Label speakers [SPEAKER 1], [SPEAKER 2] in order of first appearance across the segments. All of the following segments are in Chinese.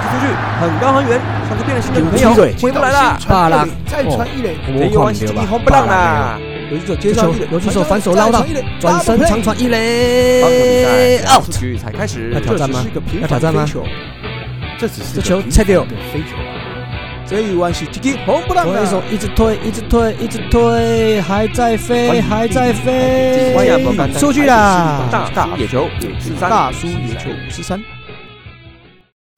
[SPEAKER 1] 很高很远，像是变了心的
[SPEAKER 2] 丢
[SPEAKER 1] 朋
[SPEAKER 2] 鸡
[SPEAKER 1] 友
[SPEAKER 2] 腿
[SPEAKER 1] 回不来啦。
[SPEAKER 2] 巴拉
[SPEAKER 3] 再传一垒，
[SPEAKER 1] 没有关系，一红不让啦。
[SPEAKER 2] 游击手接球，游击手反手捞到，转身长传一
[SPEAKER 1] 棒球比
[SPEAKER 2] 垒
[SPEAKER 1] 赛
[SPEAKER 2] ，out
[SPEAKER 1] 出。局才开始
[SPEAKER 2] 要。挑战吗
[SPEAKER 3] 这只是一个平
[SPEAKER 2] 要
[SPEAKER 3] 凡
[SPEAKER 2] 挑战吗
[SPEAKER 3] 飞球？这只是
[SPEAKER 2] 这
[SPEAKER 3] 个
[SPEAKER 2] 球
[SPEAKER 3] 平
[SPEAKER 2] 菜掉
[SPEAKER 3] 凡的飞球啊！
[SPEAKER 1] 这一弯是积极红不让
[SPEAKER 2] 左右手
[SPEAKER 1] 啦。
[SPEAKER 2] 一直推，一直推，一直推，还在飞，还在飞
[SPEAKER 1] 弯也不敢，
[SPEAKER 2] 出去啦！
[SPEAKER 1] 大啊叔野球五四三，
[SPEAKER 2] 大叔野球五十三，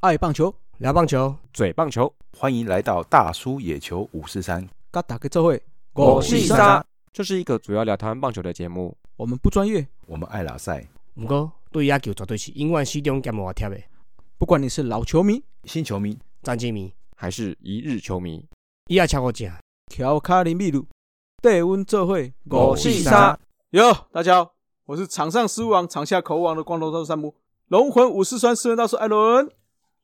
[SPEAKER 2] 爱棒球，聊棒球，
[SPEAKER 1] 嘴棒球，
[SPEAKER 3] 欢迎来到大叔野球五四三，
[SPEAKER 2] 嘎打给这会，
[SPEAKER 1] 我
[SPEAKER 3] 是
[SPEAKER 1] 是
[SPEAKER 3] 伊
[SPEAKER 1] 沙，这是一个主要聊台湾棒球的节目。
[SPEAKER 2] 我们不专业，
[SPEAKER 3] 我们爱拉赛
[SPEAKER 4] 毋过对野球绝对是永远始终兼无贴的。
[SPEAKER 2] 不管你是老球迷、
[SPEAKER 3] 新球迷，
[SPEAKER 4] 詹金明，
[SPEAKER 1] 还是一日球迷，
[SPEAKER 4] 伊也超过正。
[SPEAKER 2] 乔卡林秘鲁，对温这会，
[SPEAKER 1] 我是沙，
[SPEAKER 5] 哟，大家好，我是场上失误王、场下口误王的光头大叔山姆，龙魂武士酸四人大叔艾 伦。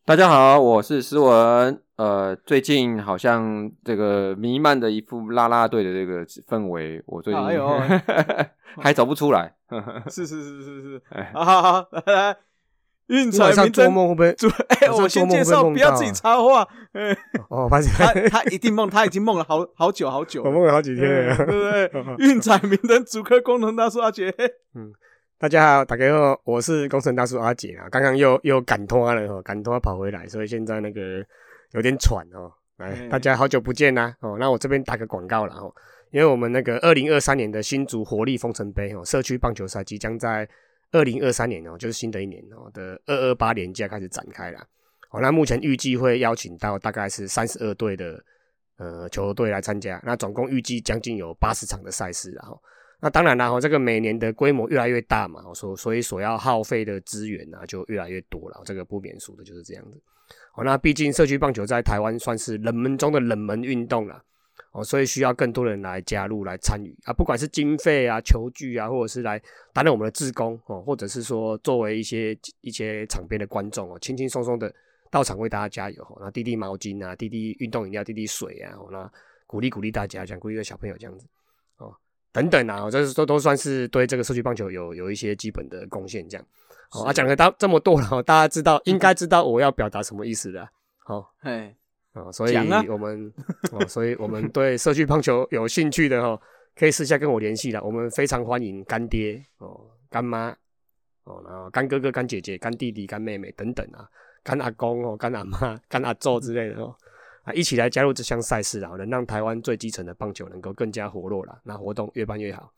[SPEAKER 6] 大家好，我是思文。呃，最近好像这个弥漫着一副啦啦队的这个氛围，我最近、
[SPEAKER 5] 哎呦
[SPEAKER 6] 还走不出来。
[SPEAKER 5] 是是是是是，
[SPEAKER 6] 哎
[SPEAKER 5] 好好好，来来，运
[SPEAKER 4] 你
[SPEAKER 5] 彩
[SPEAKER 4] 晚上
[SPEAKER 5] 明
[SPEAKER 4] 做
[SPEAKER 5] 真
[SPEAKER 4] 梦会不会？
[SPEAKER 5] 主， 哎，
[SPEAKER 4] 晚上
[SPEAKER 5] 我先
[SPEAKER 4] 做梦
[SPEAKER 5] 介
[SPEAKER 4] 会
[SPEAKER 5] 绍，
[SPEAKER 4] 梦
[SPEAKER 5] 不要
[SPEAKER 4] 到
[SPEAKER 5] 自己
[SPEAKER 4] 啊
[SPEAKER 5] 插 话。哎，
[SPEAKER 4] 哦，抱歉，
[SPEAKER 5] 他他一定梦，他已经梦了好好久好久
[SPEAKER 4] 我。梦了好几天
[SPEAKER 5] 对
[SPEAKER 4] 了。
[SPEAKER 5] 对对，运彩明灯主科功能大叔阿杰，
[SPEAKER 4] 大家好，大家好，我是工程大叔阿杰啊，刚刚又又赶拖了哦，赶拖跑回来，所以现在那个有点喘哦。来，
[SPEAKER 5] 嗯
[SPEAKER 4] 大家好久不见啦哦，那我这边打个广告了哦，因为我们那个二零二三年的新竹活力风城杯哦，社区棒球赛即将在二零二三年哦，就是新的一年哦的二二八年假开始展开啦。哦，那目前预计会邀请到大概是三十二队的呃球队来参加，那总共预计将近有八十场的赛事啦，然后。那当然啦，哦，这个每年的规模越来越大嘛，哦所所以所要耗费的资源啊就越来越多了，哦这个不免俗的就是这样子。哦，那毕竟社区棒球在台湾算是冷门中的冷门运动啦，哦，所以需要更多人来加入来参与啊，不管是经费啊、球具啊，或者是来担任我们的志工哦，或者是说作为一些一些场边的观众哦，轻轻松松的到场为大家加油，哦那滴滴毛巾啊、滴滴运动饮料、滴滴水啊，哦那鼓励鼓励大家，想鼓励小朋友这样子。等等啊，这是都都算是对这个社区棒球有有一些基本的贡献，这样。好、啊，讲了到这么多了，哦大家 知道应该知道我要表达什么意思了。好、
[SPEAKER 5] 哎，
[SPEAKER 4] 哦，所以
[SPEAKER 5] 讲啊
[SPEAKER 4] 我们、哦，所以我们对社区棒球有兴趣的哦，可以私下跟我联系了。我们非常欢迎干爹哦、干妈哦，然后干哥哥、干姐姐、干弟弟、干妹妹等等啊，干阿公哦、干阿妈、 干阿
[SPEAKER 6] 嗯
[SPEAKER 4] 舅之类的哦。啊，一起来加入这项赛事啦，哦能让台湾最基层的棒球能够更加活络啦。那活动越办越好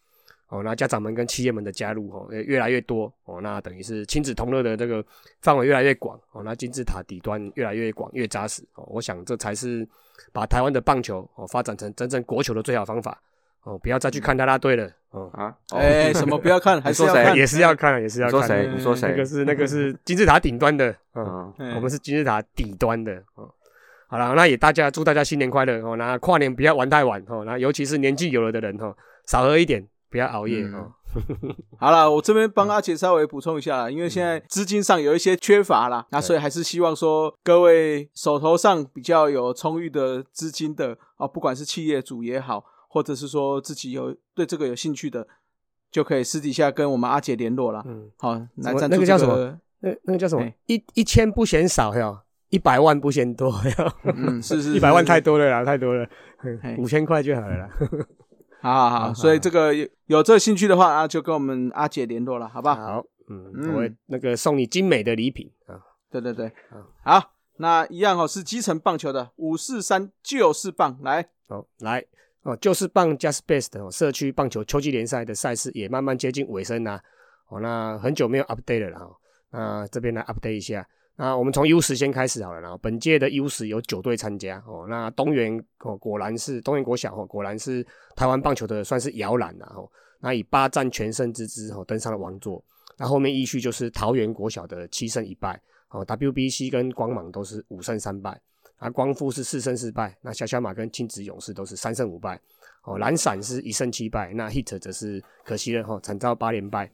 [SPEAKER 4] 哦，那家长们跟企业们的加入哦，也越来越多哦，那等于是亲子同乐的这个范围越来越广哦，那金字塔底端越来越广越扎实哦，我想这才是把台湾的棒球哦发展成真正国球的最好方法哦，不要再
[SPEAKER 6] 嗯
[SPEAKER 4] 去看啦啦队了 哦，
[SPEAKER 6] 啊，哦
[SPEAKER 5] 哎，什么不要看，还是要
[SPEAKER 6] 说谁
[SPEAKER 5] 看，
[SPEAKER 4] 也是要看啊，也是
[SPEAKER 6] 哎你
[SPEAKER 4] 要
[SPEAKER 6] 说
[SPEAKER 4] 看啊，
[SPEAKER 6] 谁？你说
[SPEAKER 4] 那
[SPEAKER 6] 谁
[SPEAKER 4] 个？是那个是金字塔顶端的嗯
[SPEAKER 6] 嗯，
[SPEAKER 5] 哎
[SPEAKER 4] 我们是金字塔底端的哦。好了，那也大家祝大家新年快乐哦！那跨年不要玩太晚哦，那尤其是年纪有了的人哦，少喝一点，不要熬夜、
[SPEAKER 6] 嗯
[SPEAKER 4] 哦。
[SPEAKER 5] 好啦，我这边帮阿杰稍微补充一下
[SPEAKER 4] 嗯
[SPEAKER 5] 啦，因为现在资金上有一些缺乏啦，那所以还是希望说各位手头上比较有充裕的资金的啊，不管是企业主也好，或者是说自己有对这个有兴趣的，就可以私底下跟我们阿杰联络啦。
[SPEAKER 4] 嗯，
[SPEAKER 5] 好，来
[SPEAKER 4] 什么
[SPEAKER 5] 赞助
[SPEAKER 4] 那个
[SPEAKER 5] 这
[SPEAKER 4] 叫什么？那那个叫什么
[SPEAKER 5] 哎？
[SPEAKER 4] 一一千不嫌少哟，一百万不嫌多哟，
[SPEAKER 5] 嗯，是是
[SPEAKER 4] 一百万太
[SPEAKER 5] 多。
[SPEAKER 4] 多了啦，太多了
[SPEAKER 5] 哎，
[SPEAKER 4] 五千块就好了啦。
[SPEAKER 5] 好好
[SPEAKER 4] 啊
[SPEAKER 5] 好，所以这个有有这个兴趣的话啊，就跟我们阿杰联络了，好不 好？
[SPEAKER 4] 好，嗯，
[SPEAKER 5] 嗯
[SPEAKER 4] 我会那个送你精美的礼品啊。
[SPEAKER 5] 对对对
[SPEAKER 4] 好，
[SPEAKER 5] 好，那一样哦，是基层棒球的五四三就是棒，来。
[SPEAKER 4] 哦，来哦，就是棒 Just Best 哦，社区棒球秋季联赛的赛事也慢慢接近尾声啦、哦，那很久没有 update 了啦、哦，那这边来 update 一下。那我们从 U 十先开始好了啦。哦本届的 U 十有九队参加哦。那东原哦，果然是东原国小哦，果然是台湾棒球的算是摇篮啦哦。那以八战全胜之姿哦，登上了王座。那后面依序就是桃园国小的七胜一败哦，WBC 跟光芒都是五胜三败。啊，光复是四胜四败，那小小马跟青子勇士都是三胜五败，哦，蓝闪是一胜七败，那 Hit 则是可惜了哈、哦，惨遭八连败。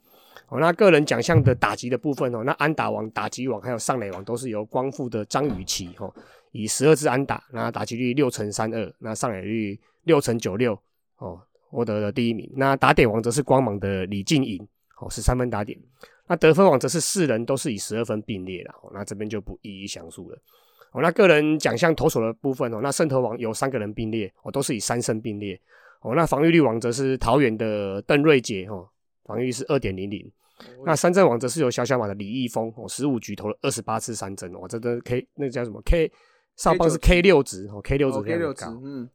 [SPEAKER 4] 哦，那个人奖项的打击的部分哦，那安打王、打击王还有上垒王都是由光复的张雨绮哦，以十二支安打，那打击率六乘三二，那上垒率六乘九六哦，获得了第一名。那打点王则是光芒的李静颖哦，十三分打点。那得分王则是四人都是以十二分并列了、哦，那这边就不一一详述了。哦，那个人奖项投手的部分哦，那胜投王有三个人并列哦，都是以三胜并列哦。那防御率王则是桃园的邓瑞杰哦，防御率是二点零零。
[SPEAKER 5] 哦
[SPEAKER 4] 那三振王则是由小小马的李易峰哦，十五局投了二十八次三振哦，这的 K 那个叫什么 K 上棒是 K 六值哦，K 六值非
[SPEAKER 5] K
[SPEAKER 4] 常
[SPEAKER 5] 六
[SPEAKER 4] 的
[SPEAKER 5] 值
[SPEAKER 4] 高。，
[SPEAKER 5] 嗯，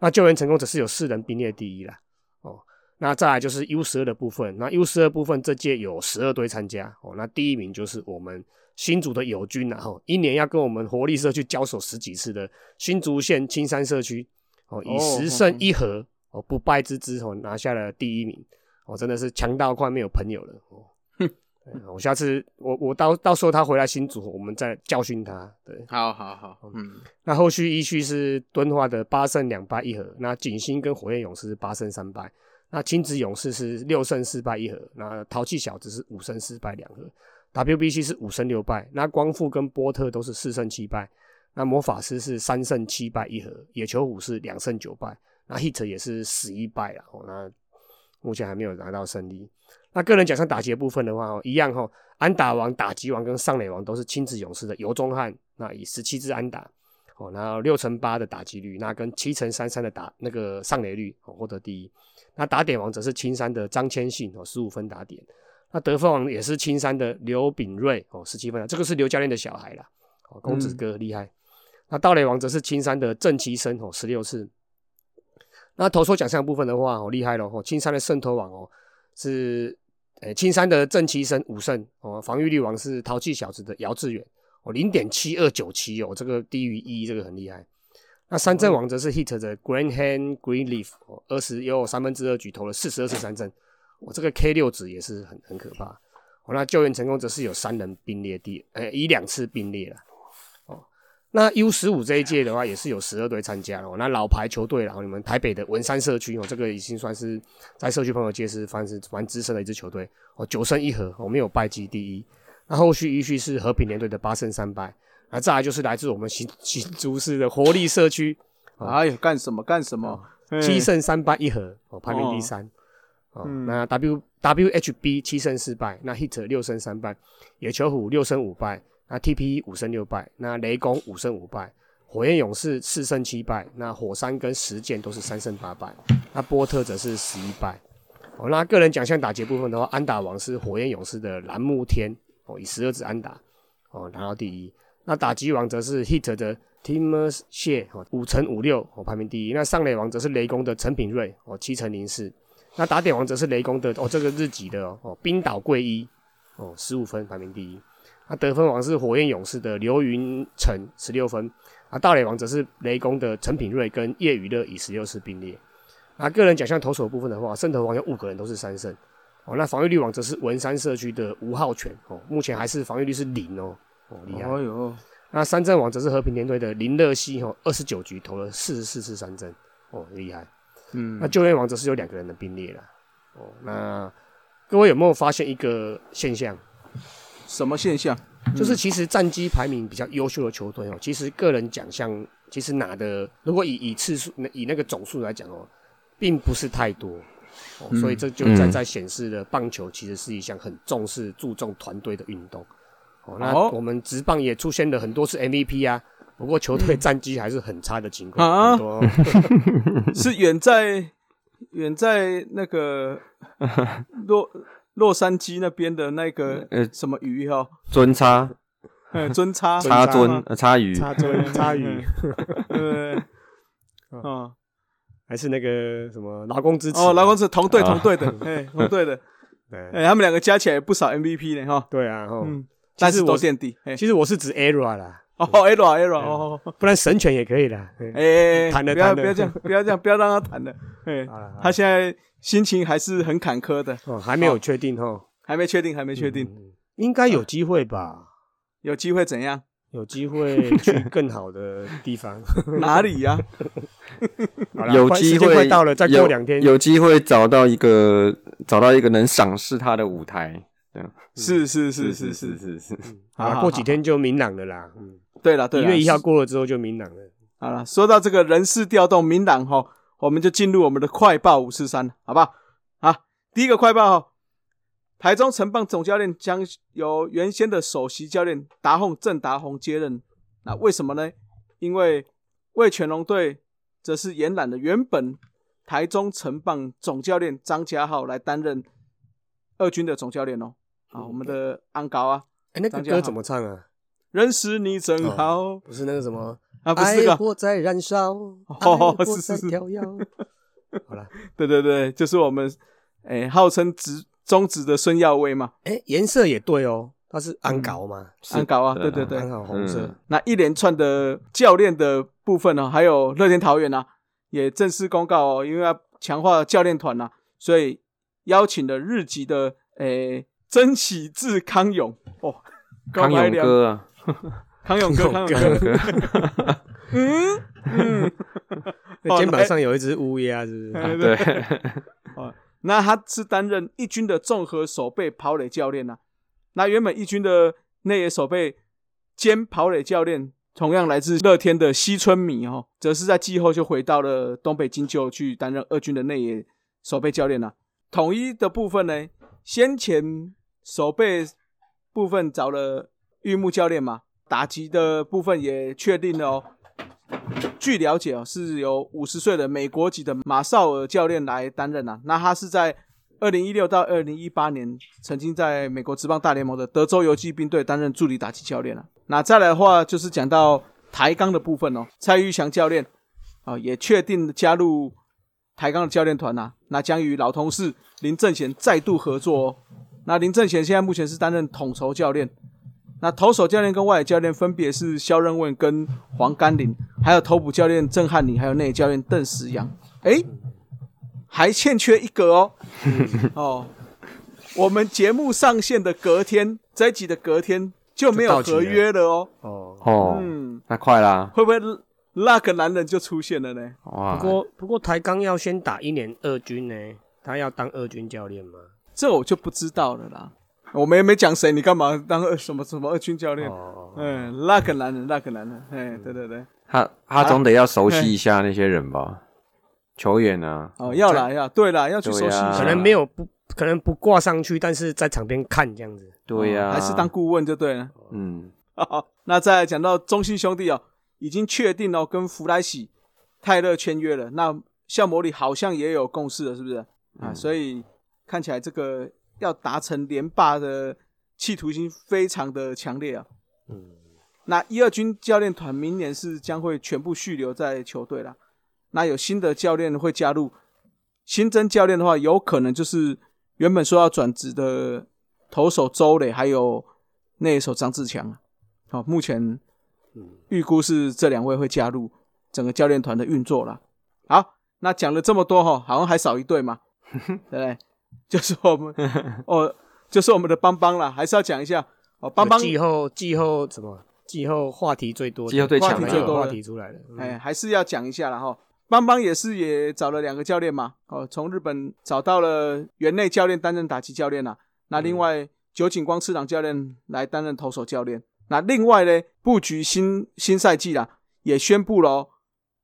[SPEAKER 4] 那救援成功则是有四人并列第一啦。哦，那再来就是 U 十二的部分，那 U 十二部分这届有十二队参加哦，那第一名就是我们新竹的友军啦，哦，一年要跟我们活力社区交手十几次的新竹县青山社区哦，以
[SPEAKER 5] 哦
[SPEAKER 4] 十
[SPEAKER 5] 嗯
[SPEAKER 4] 胜一和哦不败之姿哦拿下了第一名哦，真的是强到快没有朋友了哦。对我下次我我到到时候他回来新竹，我们再教训他。对，
[SPEAKER 5] 好好好，嗯，
[SPEAKER 4] 那后续依序是敦化的八胜两败一和，那景星跟火焰勇士是八胜三败，那亲子勇士是六胜四败一和，那淘气小子是五胜四败两和，WBC 是五胜六败，那光复跟波特都是四胜七败，那魔法师是三胜七败一和，野球虎是两胜九败，那 Hit 也是十一败了，哦，那目前还没有拿到胜利。那个人奖项打击的部分的话，哦，一样哦，安打王、打击王跟上垒王都是亲子勇士的尤中汉，那以十七支安打。哦，然后六乘八的打击率，那跟七乘三三的打那个上垒率、哦、获得第一。那打点王则是青山的张千信哦，十五分打点。那得分王也是青山的刘炳瑞哦，十七分打，这个是刘教练的小孩啦，哦，公子哥厉害。那盗垒王则是青山的郑其生哦，十六次。那投手奖项部分的话，哦，厉害了哦，青山的胜投王哦是。诶，青山的郑其生五胜哦，防御率王是淘气小子的姚志远哦，零点七二九七哦，这个低于一，这个很厉害。那三振王则是 hit 的 Greenhand Greenleaf，二哦十也有三分之二局投了四十二次三振，我、这个 K 六值也是很很可怕。哦，那救援成功则是有三人并列第，呃，以两次并列了。哦，那 U 十五这一届的话，也是有十二队参加了、哦。那老牌球队啦，然后你们台北的文山社区哦，这个已经算是在社区朋友界是算是蛮资深的一支球队哦，九胜一和，我、哦、没有败绩第一。那后续依序是和平联队的八胜三败，那再来就是来自我们新新竹市的活力社区哦
[SPEAKER 5] 哎呦，干什么干什么？
[SPEAKER 4] 七
[SPEAKER 5] 嘿
[SPEAKER 4] 胜三败一和，哦，排名第三。哦，
[SPEAKER 5] 嗯
[SPEAKER 4] 那 W WHB 七胜四败，那 Hit 六胜三败，野球虎六胜五败，那 TP 五胜六败，那雷公五胜五败，火焰勇士四胜七败，那火山跟石剑都是三胜八败，那波特则是十一败。哦，那个人奖项打劫部分的话，安打王是火焰勇士的蓝木天，哦，以十二支安打，哦，拿到第一。那打击王则是 Hit 的 Timmer Shea 哦，五乘五六哦，排名第一。那上垒王则是雷公的陈品瑞哦，七乘零四。那打点王则是雷公的哦，这个日籍的哦，哦冰岛贵一哦，十五分排名第一。那得分王是火焰勇士的刘云成十六分，啊，盗垒王则是雷公的陈品瑞跟叶宇乐以十六次并列。啊，个人奖项投手部分的话，胜投王有五个人都是三胜哦。那防御率王则是文山社区的吴浩全哦，目前还是防御率是零哦，哦厉害。
[SPEAKER 5] 哎呦，
[SPEAKER 4] 那三振王则是和平联队的林乐熙哦，二十九局投了四十四次三振，哦，厉害。
[SPEAKER 5] 嗯
[SPEAKER 4] 那，救援王则是有两个人的并列了，哦，那各位有没有发现一个现象？
[SPEAKER 5] 什么现象？
[SPEAKER 4] 就是其实战绩排名比较优秀的球队哦，其实个人奖项其实拿的，如果以以次数以那个总数来讲哦，并不是太多。哦，所以这就在
[SPEAKER 6] 嗯
[SPEAKER 4] 在显示了棒球其实是一项很重视、注重团队的运动。哦，那
[SPEAKER 5] 哦
[SPEAKER 4] 我们职棒也出现了很多次 MVP 啊，不过球队战绩还是很差的情
[SPEAKER 5] 嗯啊
[SPEAKER 4] 况很多哦。
[SPEAKER 5] 是远在远在那个洛洛杉矶那边的那个
[SPEAKER 6] 呃
[SPEAKER 5] 什么鱼哈，
[SPEAKER 6] 尊差
[SPEAKER 5] 呃，尊 差
[SPEAKER 6] 差尊
[SPEAKER 5] 吗
[SPEAKER 6] 呃差鱼，
[SPEAKER 4] 差尊差鱼，
[SPEAKER 5] 对，嗯，
[SPEAKER 4] 还是那个什么劳工支持
[SPEAKER 5] 哦，劳工是同队
[SPEAKER 6] 啊
[SPEAKER 5] 同队的，哎，同队的，
[SPEAKER 4] 对
[SPEAKER 5] 哎，他们两个加起来不少 MVP 呢哈，
[SPEAKER 4] 对啊，哦，
[SPEAKER 5] 嗯，
[SPEAKER 4] 其
[SPEAKER 5] 但
[SPEAKER 4] 实
[SPEAKER 5] 是
[SPEAKER 4] 我
[SPEAKER 5] 都
[SPEAKER 4] 是
[SPEAKER 5] 垫底，哎，
[SPEAKER 4] 其实我是指 ERA 啦，
[SPEAKER 5] 哦，Era Era，哦，哦哦
[SPEAKER 4] 不然神犬也可以啦。
[SPEAKER 5] 哎哎，哎
[SPEAKER 4] 谈了
[SPEAKER 5] 不要
[SPEAKER 4] 谈了啊
[SPEAKER 5] 不要这样， 不要这样，不要让他谈了，哎，
[SPEAKER 4] 好了好了
[SPEAKER 5] 他现在心情还是很坎坷的，
[SPEAKER 4] 哦，还没有确定哦，
[SPEAKER 5] 还没确定，还没确定，
[SPEAKER 4] 嗯应该有机会吧？
[SPEAKER 5] 有机会怎样？
[SPEAKER 4] 有机 会去更好的地方。
[SPEAKER 5] 哪里 呀？
[SPEAKER 4] 好啦
[SPEAKER 6] 有
[SPEAKER 4] 快
[SPEAKER 6] 机
[SPEAKER 4] 时间
[SPEAKER 6] 会
[SPEAKER 4] 快到了，再过
[SPEAKER 6] 有
[SPEAKER 4] 两天。
[SPEAKER 6] 有机会找到一个找到一个能赏识他的舞台。
[SPEAKER 5] 是是是
[SPEAKER 6] 是
[SPEAKER 5] 是
[SPEAKER 6] 是
[SPEAKER 5] 是，
[SPEAKER 6] 是是，
[SPEAKER 4] 嗯好
[SPEAKER 5] 好
[SPEAKER 4] 啦，
[SPEAKER 5] 好
[SPEAKER 4] 过几天就明朗了啦。嗯，
[SPEAKER 5] 对了对啊
[SPEAKER 4] 一
[SPEAKER 5] 了，
[SPEAKER 4] 月一号过了之后就明朗了。
[SPEAKER 5] 好了，说到这个人事调动，明朗哈，我们就进入我们的快报五四三，好不好？啊，第一个快报哈，台中城棒总教练将由原先的首席教练达宏郑达宏接任那为什么呢？因为魏全龙队则是延揽了原本台中城棒总教练张家浩来担任二军的总教练哦。啊，我们的安高啊，
[SPEAKER 4] 哎，那个
[SPEAKER 5] 张家
[SPEAKER 4] 歌
[SPEAKER 5] 浩
[SPEAKER 4] 怎么唱啊？
[SPEAKER 5] 认识你真好、
[SPEAKER 4] 不是那个什么，
[SPEAKER 5] 啊，不是这
[SPEAKER 4] 爱
[SPEAKER 5] 个，
[SPEAKER 4] 火在燃烧，
[SPEAKER 5] 哦
[SPEAKER 4] 爱火
[SPEAKER 5] 是
[SPEAKER 4] 在
[SPEAKER 5] 是是
[SPEAKER 4] 飘摇。好了，
[SPEAKER 5] 对对对，就是我们诶、号称直中指的孙耀威嘛，
[SPEAKER 4] 哎，颜色也对哦，它是安搞嘛，
[SPEAKER 5] 安高啊，
[SPEAKER 6] 是
[SPEAKER 5] 对对嗯对
[SPEAKER 4] 安，搞红色。
[SPEAKER 6] 嗯
[SPEAKER 5] 那一连串的教练的部分哦呢、还有乐天桃园啊，也正式公告哦，因为要强化教练团呐、所以邀请了日籍的诶曾启志康永哦，
[SPEAKER 6] 康
[SPEAKER 5] 高白
[SPEAKER 6] 永
[SPEAKER 5] 良，
[SPEAKER 6] 哥啊，
[SPEAKER 5] 康永哥，康永
[SPEAKER 4] 康永
[SPEAKER 5] 哥，嗯嗯，
[SPEAKER 4] 那肩膀
[SPEAKER 5] 哦
[SPEAKER 4] 上有一只乌鸦，是不
[SPEAKER 5] 哎
[SPEAKER 4] 是？
[SPEAKER 5] 哎
[SPEAKER 6] 啊对，
[SPEAKER 5] 那他是担任一军的综合守备跑垒教练呐、啊那原本一军的内野守备兼跑垒教练，同样来自乐天的西村米哦，则是在季后就回到了东北金鹫去担任二军的内野守备教练呐、统一的部分呢，先前守备部分找了玉木教练嘛，打击的部分也确定了哦。据了解哦，是由五十岁的美国籍的马绍尔教练来担任啊。那他是在二零一六到二零一八年曾经在美国职棒大联盟的德州游击兵队担任助理打击教练啊。那再来的话就是讲到台钢的部分哦，蔡玉祥教练啊、也确定加入台钢的教练团呐、啊那将与老同事林正贤再度合作哦。那林正贤现在目前是担任统筹教练，那投手教练跟外野教练分别是肖任问跟黄甘霖，还有投捕教练郑汉林，还有内野教练邓石阳。诶，还欠缺一个哦。哦，我们节目上线的隔天，这一集的隔天就没有合约了哦。
[SPEAKER 4] 哦，
[SPEAKER 6] 哦，
[SPEAKER 5] 嗯，
[SPEAKER 6] 那快啦，
[SPEAKER 5] 会不会那个男人就出现了呢？
[SPEAKER 6] 哇
[SPEAKER 4] 不，过不过台钢要先打一年二军呢，他要当二军教练吗？
[SPEAKER 5] 这我就不知道了啦。我们也没讲谁，你干嘛当二什么什么二军教练？
[SPEAKER 4] 哦，
[SPEAKER 5] 嗯，那个男人，那个男人，哎，对对对，
[SPEAKER 6] 他
[SPEAKER 5] 啊
[SPEAKER 6] 他总得要熟悉一下那些人吧，球员啊，
[SPEAKER 5] 哦，要啦要，对啦，要去熟悉一
[SPEAKER 6] 对啊
[SPEAKER 5] 下
[SPEAKER 4] 可，能没有不可能不挂上去，但是在场边看这样子。
[SPEAKER 6] 对呀，
[SPEAKER 5] 哦还是当顾问就对了。
[SPEAKER 6] 嗯，
[SPEAKER 5] 好，那再来讲到中信兄弟哦，已经确定哦跟弗莱喜、泰勒签约了。那校魔里好像也有共识了，是不是？啊，
[SPEAKER 6] 嗯
[SPEAKER 5] 所以看起来这个要达成连霸的企图心非常的强烈啊。
[SPEAKER 4] 嗯，
[SPEAKER 5] 那一二军教练团明年是将会全部续留在球队啦。那有新的教练会加入，新增教练的话，有可能就是原本说要转职的投手周磊，还有内野手张志强啊。好、目前预估是这两位会加入整个教练团的运作啦。好，那讲了这么多哈、好像还少一队嘛，对不对？就是我们哦，就是我们的邦邦啦，还是要讲一下哦，邦邦
[SPEAKER 4] 季后季后什么？季后话题最多的，
[SPEAKER 6] 季后最
[SPEAKER 5] 强的
[SPEAKER 4] 话
[SPEAKER 5] 话
[SPEAKER 4] 题最
[SPEAKER 5] 题最多
[SPEAKER 4] 多
[SPEAKER 5] 的
[SPEAKER 4] 话题出来了。嗯
[SPEAKER 5] 哎，还是要讲一下了哈。邦邦也是也找了两个教练嘛，哦，从日本找到了园内教练担任打击教练啦、那另
[SPEAKER 6] 嗯
[SPEAKER 5] 外酒井光次郎教练来担任投手教练。那另外呢，布局新新赛季啦，也宣布了、哦，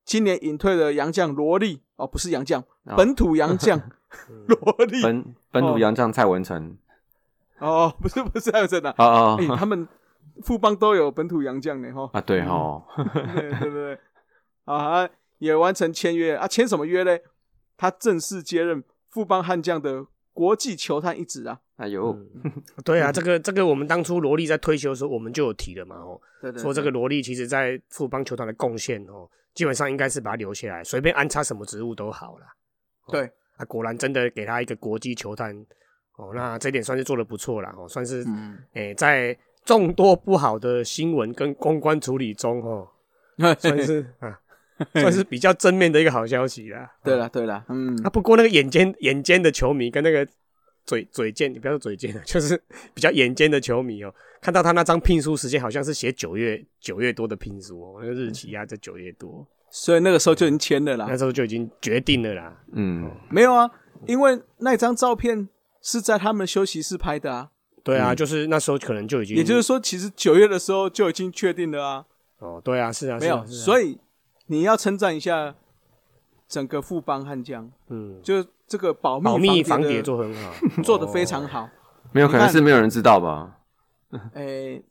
[SPEAKER 5] 今年隐退的洋将罗莉哦，不是洋将，
[SPEAKER 6] 哦
[SPEAKER 5] 本土洋 将
[SPEAKER 4] 嗯
[SPEAKER 5] 罗莉
[SPEAKER 6] 本本土洋将蔡文成，
[SPEAKER 5] 哦，不是不是还有真的，
[SPEAKER 6] 哦哦
[SPEAKER 5] 哎，嗯他们富邦都有本土洋将呢哈。
[SPEAKER 6] 啊，对哈，
[SPEAKER 5] 对 对对，啊，他也完成签约啊，签什么约嘞？他正式接任富邦悍将的国际球探一职啊。
[SPEAKER 6] 哎呦，
[SPEAKER 4] 对啊，这个这个我们当初罗莉在退休的时候，我们就有提了嘛，哦，
[SPEAKER 5] 对对
[SPEAKER 4] 说这个罗莉其实在富邦球团的贡献哦，基本上应该是把他留下来，随便安插什么职务都好啦。哦
[SPEAKER 5] 对，
[SPEAKER 4] 啊，果然真的给他一个国际球探哦，那这点算是做的不错啦，哦，算是
[SPEAKER 5] 嗯，
[SPEAKER 4] 诶、在众多不好的新闻跟公关处理中哦， 算是啊，算是比较正面的一个好消息啦。
[SPEAKER 5] 对了对了，嗯，
[SPEAKER 4] 啊，不过那个眼尖眼尖的球迷跟那个嘴嘴贱，你不要说嘴贱了， 就是比较眼尖的球迷哦，看到他那张聘书时间好像是写九月九月多的聘书哦，那个日期啊在九月多，
[SPEAKER 5] 所以那个时候就已经签了啦
[SPEAKER 4] 那。时候就已经决定了啦。
[SPEAKER 6] 嗯，
[SPEAKER 5] 没有啊，因为那张照片是在他们休息室拍的啊，
[SPEAKER 4] 对啊，就是那时候可能就已经，
[SPEAKER 5] 也就是说，其实九月的时候就已经确定了啊。
[SPEAKER 4] 哦，对啊，是啊，
[SPEAKER 5] 没有，
[SPEAKER 4] 以
[SPEAKER 5] 所以你要称赞一下整个富邦悍将，
[SPEAKER 4] 嗯，
[SPEAKER 5] 就这个保密
[SPEAKER 4] 保密
[SPEAKER 5] 防
[SPEAKER 4] 防
[SPEAKER 5] 谍的
[SPEAKER 4] 谍做得很好，
[SPEAKER 5] 做的非常好。
[SPEAKER 6] 没有可能是没有人知道吧？
[SPEAKER 5] 诶，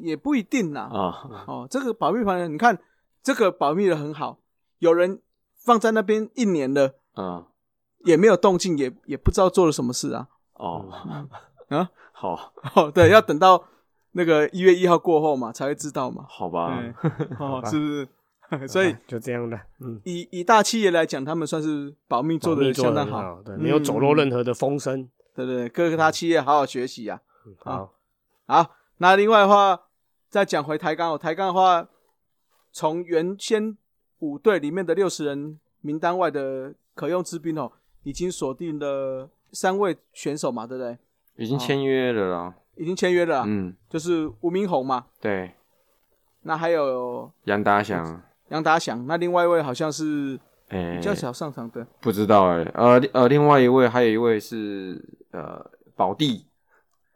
[SPEAKER 5] 也不一定啦。
[SPEAKER 6] 啊，
[SPEAKER 5] 哦，这个保密房呢，你看这个保密的很好，有人放在那边一年了，
[SPEAKER 6] 嗯，
[SPEAKER 5] 也没有动静，也也不知道做了什么事啊。
[SPEAKER 6] 哦，
[SPEAKER 5] 啊，
[SPEAKER 6] 好，
[SPEAKER 5] 哦，对，要等到那个一月一号过后嘛，才会知道嘛。
[SPEAKER 6] 好吧，
[SPEAKER 5] 嗯， 哦，是不 是？所 以
[SPEAKER 4] 啊好吧啊就这样的，嗯，
[SPEAKER 5] 以以大企业来讲，他们算是保密做
[SPEAKER 4] 保
[SPEAKER 5] 的
[SPEAKER 4] 密
[SPEAKER 5] 相
[SPEAKER 4] 得
[SPEAKER 5] 当
[SPEAKER 4] 很
[SPEAKER 5] 好，，嗯
[SPEAKER 4] 对，没有走漏任何的风声。
[SPEAKER 5] 对对对，各大企业好好学习啊。
[SPEAKER 4] 嗯
[SPEAKER 5] 好
[SPEAKER 4] 好，
[SPEAKER 5] 好，那另外的话，再讲回台钢哦，台钢的话，从原先五队里面的六十人名单外的可用之兵哦，已经锁定了三位选手嘛，对不对？
[SPEAKER 6] 已经签约了啦，
[SPEAKER 5] 已经签约哦了啊、
[SPEAKER 6] 嗯，
[SPEAKER 5] 就是吴明宏嘛，
[SPEAKER 6] 对，
[SPEAKER 5] 那还有
[SPEAKER 6] 杨达祥，
[SPEAKER 5] 杨达祥，那另外一位好像是
[SPEAKER 6] 哎
[SPEAKER 5] 比，较少上场的，
[SPEAKER 6] 不知道哎，呃呃，另外一位还有一位是呃宝弟，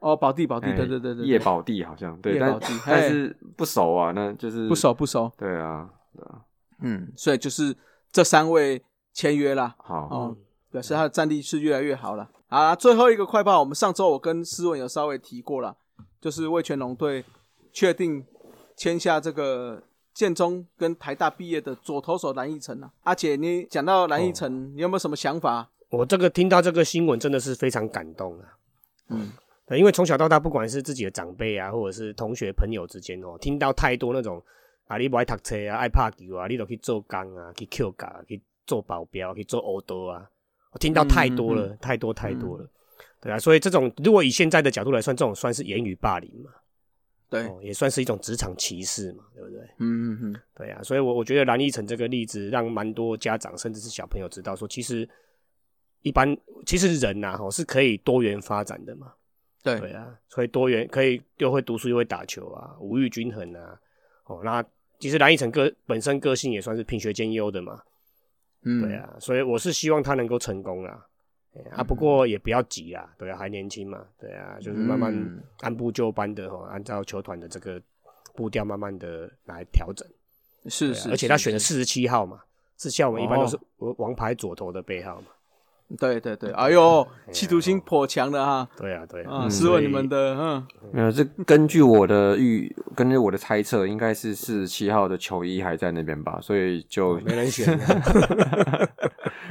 [SPEAKER 5] 哦，宝弟，宝弟，
[SPEAKER 6] 哎
[SPEAKER 5] 对对对对，
[SPEAKER 6] 叶宝弟好像对，
[SPEAKER 5] 叶
[SPEAKER 6] 但
[SPEAKER 5] 宝弟
[SPEAKER 6] 但
[SPEAKER 5] 嘿
[SPEAKER 6] 是不熟啊，那就是
[SPEAKER 5] 不熟，不熟，
[SPEAKER 6] 对啊，
[SPEAKER 5] 嗯，所以就是这三位签约啦，
[SPEAKER 6] 好，
[SPEAKER 4] 嗯
[SPEAKER 5] 哦，表示他的战力是越来越好了。啊，最后一个快报，我们上周我跟思文有稍微提过了，就是魏全龙队确定签下这个建中跟台大毕业的左投手蓝奕晨啊。阿姐，你讲到蓝奕晨，
[SPEAKER 4] 哦
[SPEAKER 5] 你有没有什么想法？
[SPEAKER 4] 我这个听到这个新闻真的是非常感动啊。
[SPEAKER 5] 嗯，
[SPEAKER 4] 对因为从小到大，不管是自己的长辈啊，或者是同学朋友之间哦，听到太多那种啊，你不爱读册啊，爱拍球啊，你都去做工啊，去扣卡、啊，去做保镖，去做欧多啊，我听到太多了，太多太多了。对啊，所以这种如果以现在的角度来算，这种算是言语霸凌嘛，
[SPEAKER 5] 对，
[SPEAKER 4] 哦，也算是一种职场歧视嘛，对不对？
[SPEAKER 5] 嗯嗯嗯，
[SPEAKER 4] 对啊，所以我我觉得蓝奕晨这个例子，让蛮多家长甚至是小朋友知道说，其实一般其实人呐、吼是可以多元发展的嘛。
[SPEAKER 5] 对，
[SPEAKER 4] 对啊，所以多元可以又会读书又会打球啊，五育均衡啊。哦，那其实蓝奕晨个本身个性也算是品学兼优的嘛。
[SPEAKER 5] 嗯，
[SPEAKER 4] 对，啊，所以我是希望他能够成功啊。哎啊，不过也不要急啦，对啊，还年轻嘛，对啊，就是慢慢
[SPEAKER 5] 嗯
[SPEAKER 4] 按部就班的哦，按照球团的这个步调慢慢的来调整。
[SPEAKER 5] 是
[SPEAKER 4] 对啊
[SPEAKER 5] 是，
[SPEAKER 4] 而且他选的
[SPEAKER 5] 是
[SPEAKER 4] 四十七号嘛，四七号我们一般都是
[SPEAKER 5] 哦
[SPEAKER 4] 王王牌左投的背号嘛。
[SPEAKER 5] 对对对，哎呦，企图心颇强的哈。
[SPEAKER 4] 对啊，嗯对
[SPEAKER 5] 啊，
[SPEAKER 4] 啊，
[SPEAKER 5] 试问你们
[SPEAKER 4] 的
[SPEAKER 5] 的，嗯，
[SPEAKER 6] 没有，这根据我的预，根据我的猜测，应该是四十七号的球衣还在那边吧，所以就
[SPEAKER 5] 哦
[SPEAKER 4] 没 人选啊，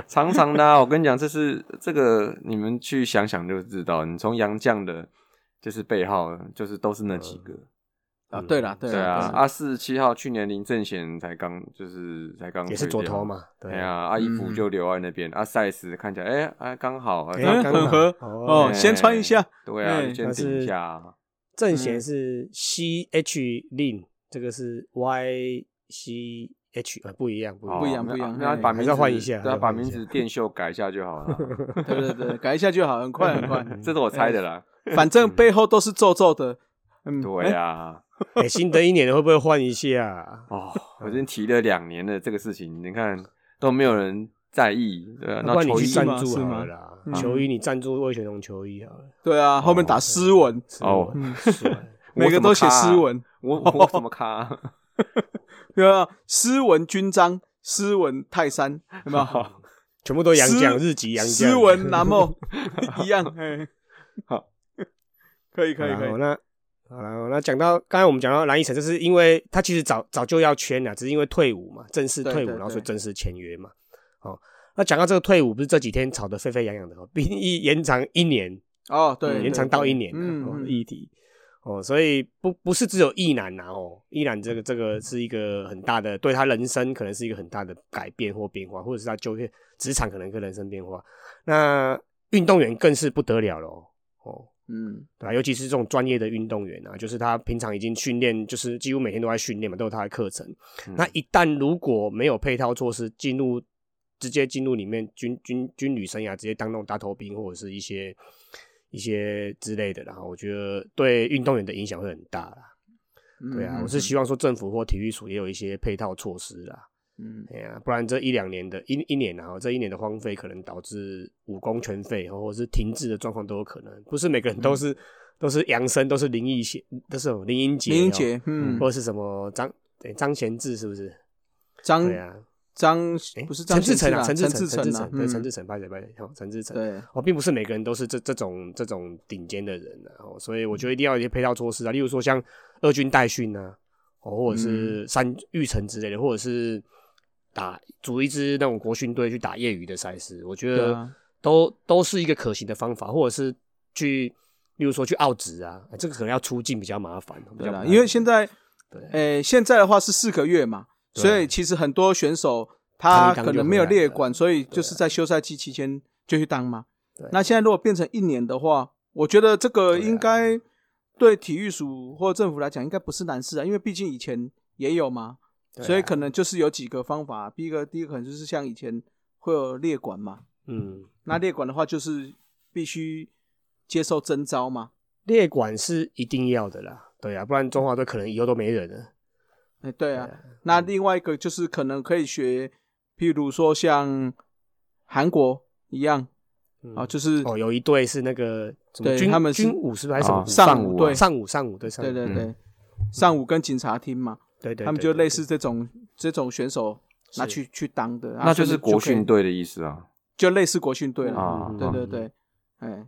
[SPEAKER 6] 长长的啊、我跟你讲，这是这个你们去想想就知道，你从杨绛的，就是背号，就是都是那几个，
[SPEAKER 5] 啊，
[SPEAKER 4] 嗯
[SPEAKER 5] 对了，对
[SPEAKER 6] 对啊，
[SPEAKER 5] 啦
[SPEAKER 6] 啊四十七号去年林正贤才刚就是才刚
[SPEAKER 4] 也是
[SPEAKER 6] 退掉
[SPEAKER 4] 左投，嘛。
[SPEAKER 6] 对
[SPEAKER 4] 对
[SPEAKER 6] 呀，，啊衣服
[SPEAKER 5] 嗯
[SPEAKER 6] 就留在那边，啊 size 看起来哎啊刚好，啊
[SPEAKER 4] 哎
[SPEAKER 5] 嗯，
[SPEAKER 4] 刚
[SPEAKER 5] 很
[SPEAKER 4] 好
[SPEAKER 5] 合
[SPEAKER 4] 哦
[SPEAKER 5] 哦，先穿一下，，
[SPEAKER 6] 对啊，
[SPEAKER 5] 哎
[SPEAKER 6] 就
[SPEAKER 4] 但
[SPEAKER 6] 先顶一
[SPEAKER 4] 是
[SPEAKER 6] 下啊，
[SPEAKER 4] 正弦是 C H 令，这个是 Y C H 啊，不一样，不
[SPEAKER 5] 不一样
[SPEAKER 6] 哦
[SPEAKER 5] 不一样
[SPEAKER 6] 那那
[SPEAKER 5] 哎
[SPEAKER 6] 把
[SPEAKER 5] 还
[SPEAKER 6] 名
[SPEAKER 4] 是
[SPEAKER 6] 字
[SPEAKER 4] 要换一下
[SPEAKER 6] 对啊，
[SPEAKER 4] 要
[SPEAKER 6] 把
[SPEAKER 4] 换一
[SPEAKER 6] 名
[SPEAKER 4] 下
[SPEAKER 6] 字电秀改一下 就好了，
[SPEAKER 5] 对对对，改一哎下就好，很快很快，
[SPEAKER 6] 这是我猜的啦，
[SPEAKER 5] 反正背后都是皱皱的。嗯，
[SPEAKER 6] 对
[SPEAKER 5] 哎
[SPEAKER 6] 呀，
[SPEAKER 4] 哎，新的一年会不会换一下？
[SPEAKER 6] 哦，我已经提了两年了这个事情，你看都没有人在意，对啊，
[SPEAKER 4] 要不然
[SPEAKER 6] 那
[SPEAKER 4] 你
[SPEAKER 6] 球
[SPEAKER 4] 去
[SPEAKER 6] 衣
[SPEAKER 4] 赞
[SPEAKER 5] 吗
[SPEAKER 4] 助
[SPEAKER 5] 是
[SPEAKER 4] 好了
[SPEAKER 5] 吗
[SPEAKER 4] 啦
[SPEAKER 5] 嗯，
[SPEAKER 4] 球衣你赞助魏全龙球衣好了，
[SPEAKER 5] 对啊，后面打斯文，
[SPEAKER 6] 哦
[SPEAKER 4] 嗯，帅
[SPEAKER 6] 我
[SPEAKER 5] 每个
[SPEAKER 6] 怎么
[SPEAKER 5] 都写
[SPEAKER 6] 咖啊
[SPEAKER 5] 斯文，
[SPEAKER 6] 我我怎么卡？啊
[SPEAKER 5] 对啊，斯文军章，斯文泰山，有没
[SPEAKER 4] 哦
[SPEAKER 5] 有？
[SPEAKER 4] 全部都洋
[SPEAKER 5] 斯
[SPEAKER 4] 将，日籍洋将，
[SPEAKER 5] 斯文南茂一样， 哎，
[SPEAKER 6] 好，
[SPEAKER 5] 可以可以
[SPEAKER 4] 好
[SPEAKER 5] 可
[SPEAKER 4] 啦
[SPEAKER 5] 以，
[SPEAKER 4] 那好了，那讲到刚才我们讲到蓝奕晨，就是因为他其实早早就要签了，只是因为退伍嘛，正式
[SPEAKER 5] 对
[SPEAKER 4] 退伍，
[SPEAKER 5] 对
[SPEAKER 4] 然后
[SPEAKER 5] 对
[SPEAKER 4] 所以正式签约嘛。哦，那讲到这个退伍，不是这几天吵得沸沸扬扬的， 哦，兵役延长一年，
[SPEAKER 5] 哦，对，
[SPEAKER 4] 延长
[SPEAKER 5] 对
[SPEAKER 4] 到
[SPEAKER 5] 对
[SPEAKER 4] 一年、啊，
[SPEAKER 5] 嗯
[SPEAKER 4] 哦
[SPEAKER 5] 嗯，
[SPEAKER 4] 议题。哦，所以不不是只有意男呐、哦，意男这个这个是一个很大的，对他人生可能是一个很大的改变或变化，或者是他就业职场可能跟人生变化。那运动员更是不得了了哦，哦
[SPEAKER 5] 嗯，
[SPEAKER 4] 对啊，尤其是这种专业的运动员啊，就是他平常已经训练，就是几乎每天都在训练嘛，都有他的课程。
[SPEAKER 6] 嗯
[SPEAKER 4] 那一旦如果没有配套措施，进入直接进入里面军军军旅生涯，直接当那种大头兵或者是一些一些之类的啦，然后我觉得对运动员的影响会很大啦。
[SPEAKER 5] 嗯
[SPEAKER 4] 对啊，
[SPEAKER 5] 嗯
[SPEAKER 4] 我是希望说政府或体育署也有一些配套措施啦。
[SPEAKER 5] 嗯，
[SPEAKER 4] 哎呀、不然这一两年的一一年啊，这一年的荒废，可能导致武功全废，或者是停滞的状况都有可能。不是每
[SPEAKER 5] 嗯
[SPEAKER 4] 个人都是、都是杨生，都是林忆贤，都是什么林英杰、
[SPEAKER 5] 林英杰，
[SPEAKER 4] 哦，
[SPEAKER 5] 嗯
[SPEAKER 4] 或，者是什么张对张贤志，是不是？
[SPEAKER 5] 张
[SPEAKER 4] 对啊，
[SPEAKER 5] 张
[SPEAKER 4] 诶
[SPEAKER 5] 嗯不是张
[SPEAKER 4] 陈志
[SPEAKER 5] 贤
[SPEAKER 4] 成啊，
[SPEAKER 5] 陈
[SPEAKER 4] 陈志成，
[SPEAKER 5] 陈
[SPEAKER 4] 陈志
[SPEAKER 5] 啊
[SPEAKER 4] 成，对，陈
[SPEAKER 5] 嗯
[SPEAKER 4] 志成，拍谁拍谁，哦，陈志成。
[SPEAKER 5] 对，
[SPEAKER 4] 哦，并不是每哦
[SPEAKER 5] 嗯
[SPEAKER 4] 个人都是这这种这种顶尖的人、啊，然、后所以我觉得一定要有一些配套措施啊，例如说像二军代训啊，哦，或者是
[SPEAKER 5] 嗯
[SPEAKER 4] 三育成之类的，或者是打组一支那种国训队去打业余的赛事，我觉
[SPEAKER 5] 对
[SPEAKER 4] 得
[SPEAKER 5] 啊
[SPEAKER 4] 都、都是一个可行的方法，或者是去，例如说去澳职啊，哎这个可能要出境比较麻烦，比
[SPEAKER 5] 对
[SPEAKER 4] 较
[SPEAKER 5] 啦，
[SPEAKER 4] 不
[SPEAKER 5] 因为哎现在
[SPEAKER 4] 对，
[SPEAKER 5] 诶，现在的话是四个月嘛，
[SPEAKER 4] 对
[SPEAKER 5] 所以其实很多选手
[SPEAKER 4] 当
[SPEAKER 5] 他
[SPEAKER 4] 一当
[SPEAKER 5] 可
[SPEAKER 4] 就
[SPEAKER 5] 能
[SPEAKER 4] 回
[SPEAKER 5] 没有
[SPEAKER 4] 来
[SPEAKER 5] 列
[SPEAKER 4] 了
[SPEAKER 5] 管，所以就是在休赛期期间就去当嘛
[SPEAKER 4] 对。
[SPEAKER 5] 那现在如果变成一年的话，我觉得这个
[SPEAKER 4] 对啊
[SPEAKER 5] 应该对体育署或政府来讲应该不是难事啊，因为毕竟以前也有嘛，
[SPEAKER 4] 对啊
[SPEAKER 5] 所以可能就是有几个方法。啊第一个，第一个可能就是像以前会有列管嘛，
[SPEAKER 4] 嗯，
[SPEAKER 5] 那列管的话就是必须接受征召嘛。
[SPEAKER 4] 列管是一定要的啦，对啊，不然中华队可能以后都没人了。
[SPEAKER 5] 哎，对啊，
[SPEAKER 4] 嗯
[SPEAKER 5] 那另外一个就是可能可以学，譬如说像韩国一样
[SPEAKER 4] 嗯
[SPEAKER 5] 啊，就是
[SPEAKER 4] 哦，有一队是那个什么
[SPEAKER 5] 对
[SPEAKER 4] 军
[SPEAKER 5] 他们是
[SPEAKER 4] 军武是不是还是什么
[SPEAKER 6] 啊
[SPEAKER 4] 武
[SPEAKER 5] 上
[SPEAKER 6] 武
[SPEAKER 5] 午对
[SPEAKER 4] 上武上武对上
[SPEAKER 5] 对
[SPEAKER 4] 武
[SPEAKER 5] 对
[SPEAKER 6] 嗯
[SPEAKER 5] 对，上午跟警察厅嘛，
[SPEAKER 4] 对对，
[SPEAKER 5] 他们
[SPEAKER 4] 对
[SPEAKER 5] 就
[SPEAKER 4] 对
[SPEAKER 5] 类似这种这种选手拿
[SPEAKER 4] 是
[SPEAKER 5] 去去当的，啊
[SPEAKER 6] 那就
[SPEAKER 5] 所
[SPEAKER 6] 是
[SPEAKER 5] 以
[SPEAKER 6] 国
[SPEAKER 5] 可以
[SPEAKER 6] 训队的意思啊。
[SPEAKER 5] 就类似国训队了，
[SPEAKER 6] 啊
[SPEAKER 5] 对对，
[SPEAKER 4] 嗯嗯嗯
[SPEAKER 5] 对，哎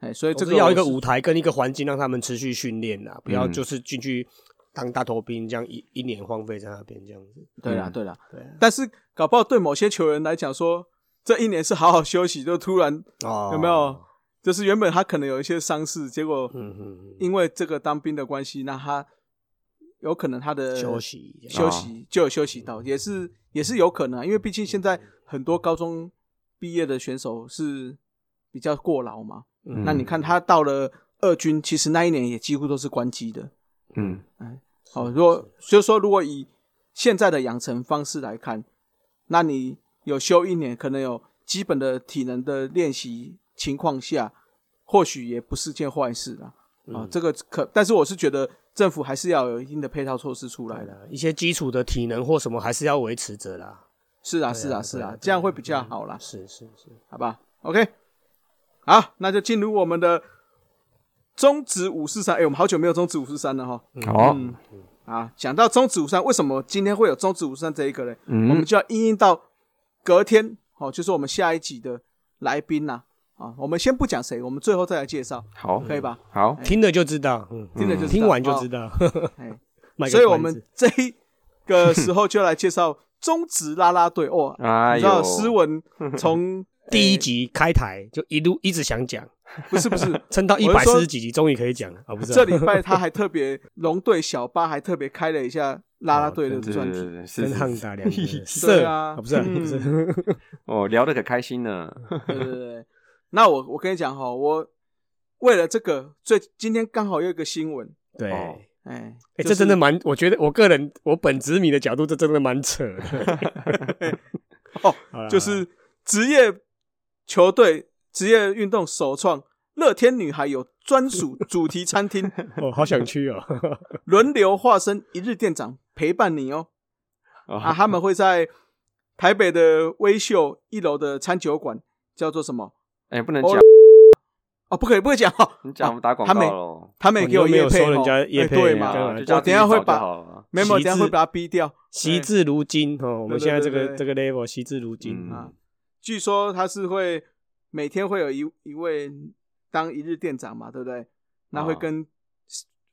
[SPEAKER 5] 哎，所以
[SPEAKER 4] 总
[SPEAKER 5] 这
[SPEAKER 4] 之
[SPEAKER 5] 个
[SPEAKER 4] 要一个
[SPEAKER 5] 我是
[SPEAKER 4] 舞台跟一个环境让他们持续训练啦，不要
[SPEAKER 6] 嗯
[SPEAKER 4] 就是进去当大头兵这样一一年荒废在那边这样子。
[SPEAKER 5] 对啦
[SPEAKER 6] 嗯
[SPEAKER 5] 对啦，
[SPEAKER 4] 对啊
[SPEAKER 5] 但是搞不好对某些球员来讲说，这一年是好好休息，就突然
[SPEAKER 4] 哦
[SPEAKER 5] 有没有？就是原本他可能有一些伤势，结果
[SPEAKER 4] 嗯嗯嗯，
[SPEAKER 5] 因为这个当兵的关系，那他有可能他的
[SPEAKER 4] 休息这样
[SPEAKER 5] 呃休息就有休息到，也是也是有可能、啊，因为毕竟现在很多高中毕业的选手是比较过劳嘛。
[SPEAKER 4] 嗯
[SPEAKER 5] 那你看他到了二军，其实那一年也几乎都是关机的。
[SPEAKER 6] 嗯，
[SPEAKER 5] 哦，如果就是说，如果以现在的养成方式来看，那你有休一年，可能有基本的体能的练习情况下，或许也不是件坏事啦。啊、
[SPEAKER 4] 嗯
[SPEAKER 5] 这个可，但是我是觉得政府还是要有一定的配套措施出来
[SPEAKER 4] 对
[SPEAKER 5] 的。
[SPEAKER 4] 啦一些基础的体能或什么还是要维持着啦。
[SPEAKER 5] 是啊，
[SPEAKER 4] 对
[SPEAKER 5] 是
[SPEAKER 4] 啊
[SPEAKER 5] 啊，是
[SPEAKER 4] 对啊
[SPEAKER 5] 啊
[SPEAKER 4] 对啊，
[SPEAKER 5] 这样会比较好啦，
[SPEAKER 4] 是是是，
[SPEAKER 5] 好吧？OK，好，那就进入我们的中指五四三。哎，我们好久没有中指五四三了哈。
[SPEAKER 6] 好，
[SPEAKER 5] 嗯，啊，讲到中指五三，为什么今天会有中指五三这一个呢？我们
[SPEAKER 6] 嗯，
[SPEAKER 5] 就要应应到隔天，哦，就是我们下一集的来宾呐、啊。我们先不讲谁，我们最后再来介绍，
[SPEAKER 6] 好，
[SPEAKER 5] 可以吧？
[SPEAKER 4] 嗯
[SPEAKER 6] 好，
[SPEAKER 4] 听了就知道，嗯，
[SPEAKER 5] 哎听了就知道哦
[SPEAKER 4] 听完就知道。
[SPEAKER 5] 哎，
[SPEAKER 4] 卖个
[SPEAKER 5] 所以我
[SPEAKER 4] 关
[SPEAKER 5] 们
[SPEAKER 4] 子
[SPEAKER 5] 这一个时候就来介绍中职啦啦队哦。
[SPEAKER 6] 哎
[SPEAKER 5] 你知道
[SPEAKER 6] 呦，
[SPEAKER 5] 斯 文从
[SPEAKER 4] 第一
[SPEAKER 5] 集。
[SPEAKER 4] 集开台就一路一直想讲，
[SPEAKER 5] 不是不是，
[SPEAKER 4] 撑到一
[SPEAKER 5] 我
[SPEAKER 4] 百
[SPEAKER 5] 是说
[SPEAKER 4] 四十几集终于可以讲了 啊！不是啊
[SPEAKER 5] 这礼拜他还特别龙队小巴还特别开了一下啦啦
[SPEAKER 4] 哦
[SPEAKER 5] 队的
[SPEAKER 6] 对
[SPEAKER 5] 专
[SPEAKER 6] 对
[SPEAKER 5] 题，
[SPEAKER 6] 对对，是
[SPEAKER 4] 跟
[SPEAKER 6] 是
[SPEAKER 4] 汉
[SPEAKER 6] 是，
[SPEAKER 4] 达 两个
[SPEAKER 5] 对
[SPEAKER 4] 色
[SPEAKER 5] 啊
[SPEAKER 4] 不是啊
[SPEAKER 5] 嗯
[SPEAKER 4] 不是 啊，
[SPEAKER 6] 哦，聊得可开心呢。
[SPEAKER 5] 对对对对。那我我跟你讲哈，我为了这个，最今天刚好有一个新闻，
[SPEAKER 4] 对。
[SPEAKER 6] 哦
[SPEAKER 5] 哎，
[SPEAKER 4] 哎、
[SPEAKER 5] 就
[SPEAKER 4] 这
[SPEAKER 5] 是
[SPEAKER 4] 真的蛮，我觉得我个人我本职迷的角度，这真的蛮扯的。
[SPEAKER 5] 哦
[SPEAKER 4] 好啦，
[SPEAKER 5] 就是职业球队、职业运动首创乐天女孩有专属主题餐厅，
[SPEAKER 4] 我、哦、好想去哦。
[SPEAKER 5] 轮流化身一日店长陪伴你哦。啊，
[SPEAKER 6] 啊，
[SPEAKER 5] 他们会在台北的微秀一楼的餐酒馆，叫做什么？
[SPEAKER 6] 哎，不能
[SPEAKER 5] 哦
[SPEAKER 6] 讲，
[SPEAKER 5] 哦，不可以，不可以讲哦。
[SPEAKER 6] 你讲我们打广
[SPEAKER 5] 他没
[SPEAKER 6] 告喽。
[SPEAKER 5] 他们也给我
[SPEAKER 4] 哦你又
[SPEAKER 5] 业
[SPEAKER 4] 没有
[SPEAKER 5] 配
[SPEAKER 4] 收人家
[SPEAKER 5] 哦
[SPEAKER 4] 业
[SPEAKER 5] 哎
[SPEAKER 4] 配
[SPEAKER 5] 对
[SPEAKER 4] 嘛
[SPEAKER 5] 嘛？
[SPEAKER 4] 干嘛
[SPEAKER 5] 我
[SPEAKER 6] 就叫
[SPEAKER 5] 等
[SPEAKER 6] 自己
[SPEAKER 5] 一下会
[SPEAKER 6] 找就好
[SPEAKER 5] 把
[SPEAKER 6] 了啊
[SPEAKER 5] 没 有，没有等一下会
[SPEAKER 4] 席至
[SPEAKER 5] 把他逼掉。
[SPEAKER 4] 惜
[SPEAKER 5] 哎
[SPEAKER 4] 至如今哦，我们现在这个
[SPEAKER 5] 对对对对
[SPEAKER 4] 这个 level 惜至如今，
[SPEAKER 6] 嗯
[SPEAKER 5] 啊，据说他是会每天会有一一位当一日店长嘛，对不对？那会
[SPEAKER 6] 啊
[SPEAKER 5] 跟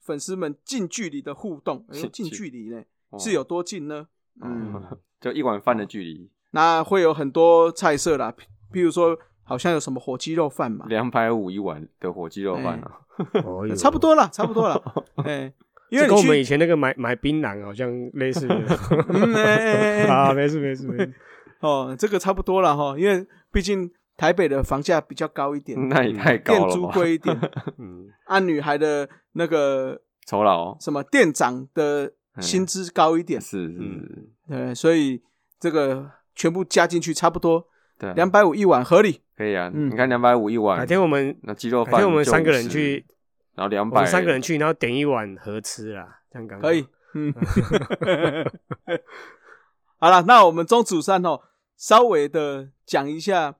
[SPEAKER 5] 粉丝们近距离的互动，哎呦，
[SPEAKER 6] 近
[SPEAKER 5] 近距
[SPEAKER 6] 距
[SPEAKER 5] 离呢
[SPEAKER 6] 哦
[SPEAKER 5] 是有多近呢？嗯，
[SPEAKER 6] 嗯， 就一碗饭的距离，
[SPEAKER 5] 那会有很多菜色啦，譬譬如说好像有什么火鸡肉饭嘛，
[SPEAKER 6] 两百五一碗的火鸡肉饭啊。
[SPEAKER 4] 哦哟
[SPEAKER 5] 嗯差不，多啦，哎差不多 啦。哎，因
[SPEAKER 4] 这
[SPEAKER 5] 为
[SPEAKER 4] 跟
[SPEAKER 5] 你
[SPEAKER 4] 我们以
[SPEAKER 5] 去，
[SPEAKER 4] 前那个买买槟榔好像类似
[SPEAKER 5] 嗯，哎
[SPEAKER 4] 的。
[SPEAKER 5] 哎哎哎
[SPEAKER 4] 啊，没事没事没事，
[SPEAKER 5] 哦，这个差不多了哈，因为毕竟台北的房价比较高一点，
[SPEAKER 6] 那也太高
[SPEAKER 5] 店
[SPEAKER 6] 了
[SPEAKER 5] 租嗯
[SPEAKER 6] 吧？
[SPEAKER 5] 贵一点，
[SPEAKER 4] 嗯，
[SPEAKER 5] 按女孩的那个
[SPEAKER 6] 酬劳
[SPEAKER 5] 什么店长的薪资高一点，
[SPEAKER 6] 是是
[SPEAKER 4] 嗯
[SPEAKER 6] 是，
[SPEAKER 5] 对，所以这个全部加进去差不多
[SPEAKER 6] 对啊，
[SPEAKER 5] 两百五一碗，合理。
[SPEAKER 6] 可以啊。
[SPEAKER 5] 嗯
[SPEAKER 6] 你看两百五一碗
[SPEAKER 4] 改，天我们
[SPEAKER 6] 那鸡肉
[SPEAKER 4] 改
[SPEAKER 6] 饭
[SPEAKER 4] 天我们
[SPEAKER 6] 就
[SPEAKER 4] 三个人
[SPEAKER 6] 50
[SPEAKER 4] 去，
[SPEAKER 6] 然后两
[SPEAKER 4] 我
[SPEAKER 6] 百
[SPEAKER 4] 们三个人去，然后点一碗合吃啦，这样刚好
[SPEAKER 5] 可以。，嗯，好了，那我们中组三哦，稍微的讲一下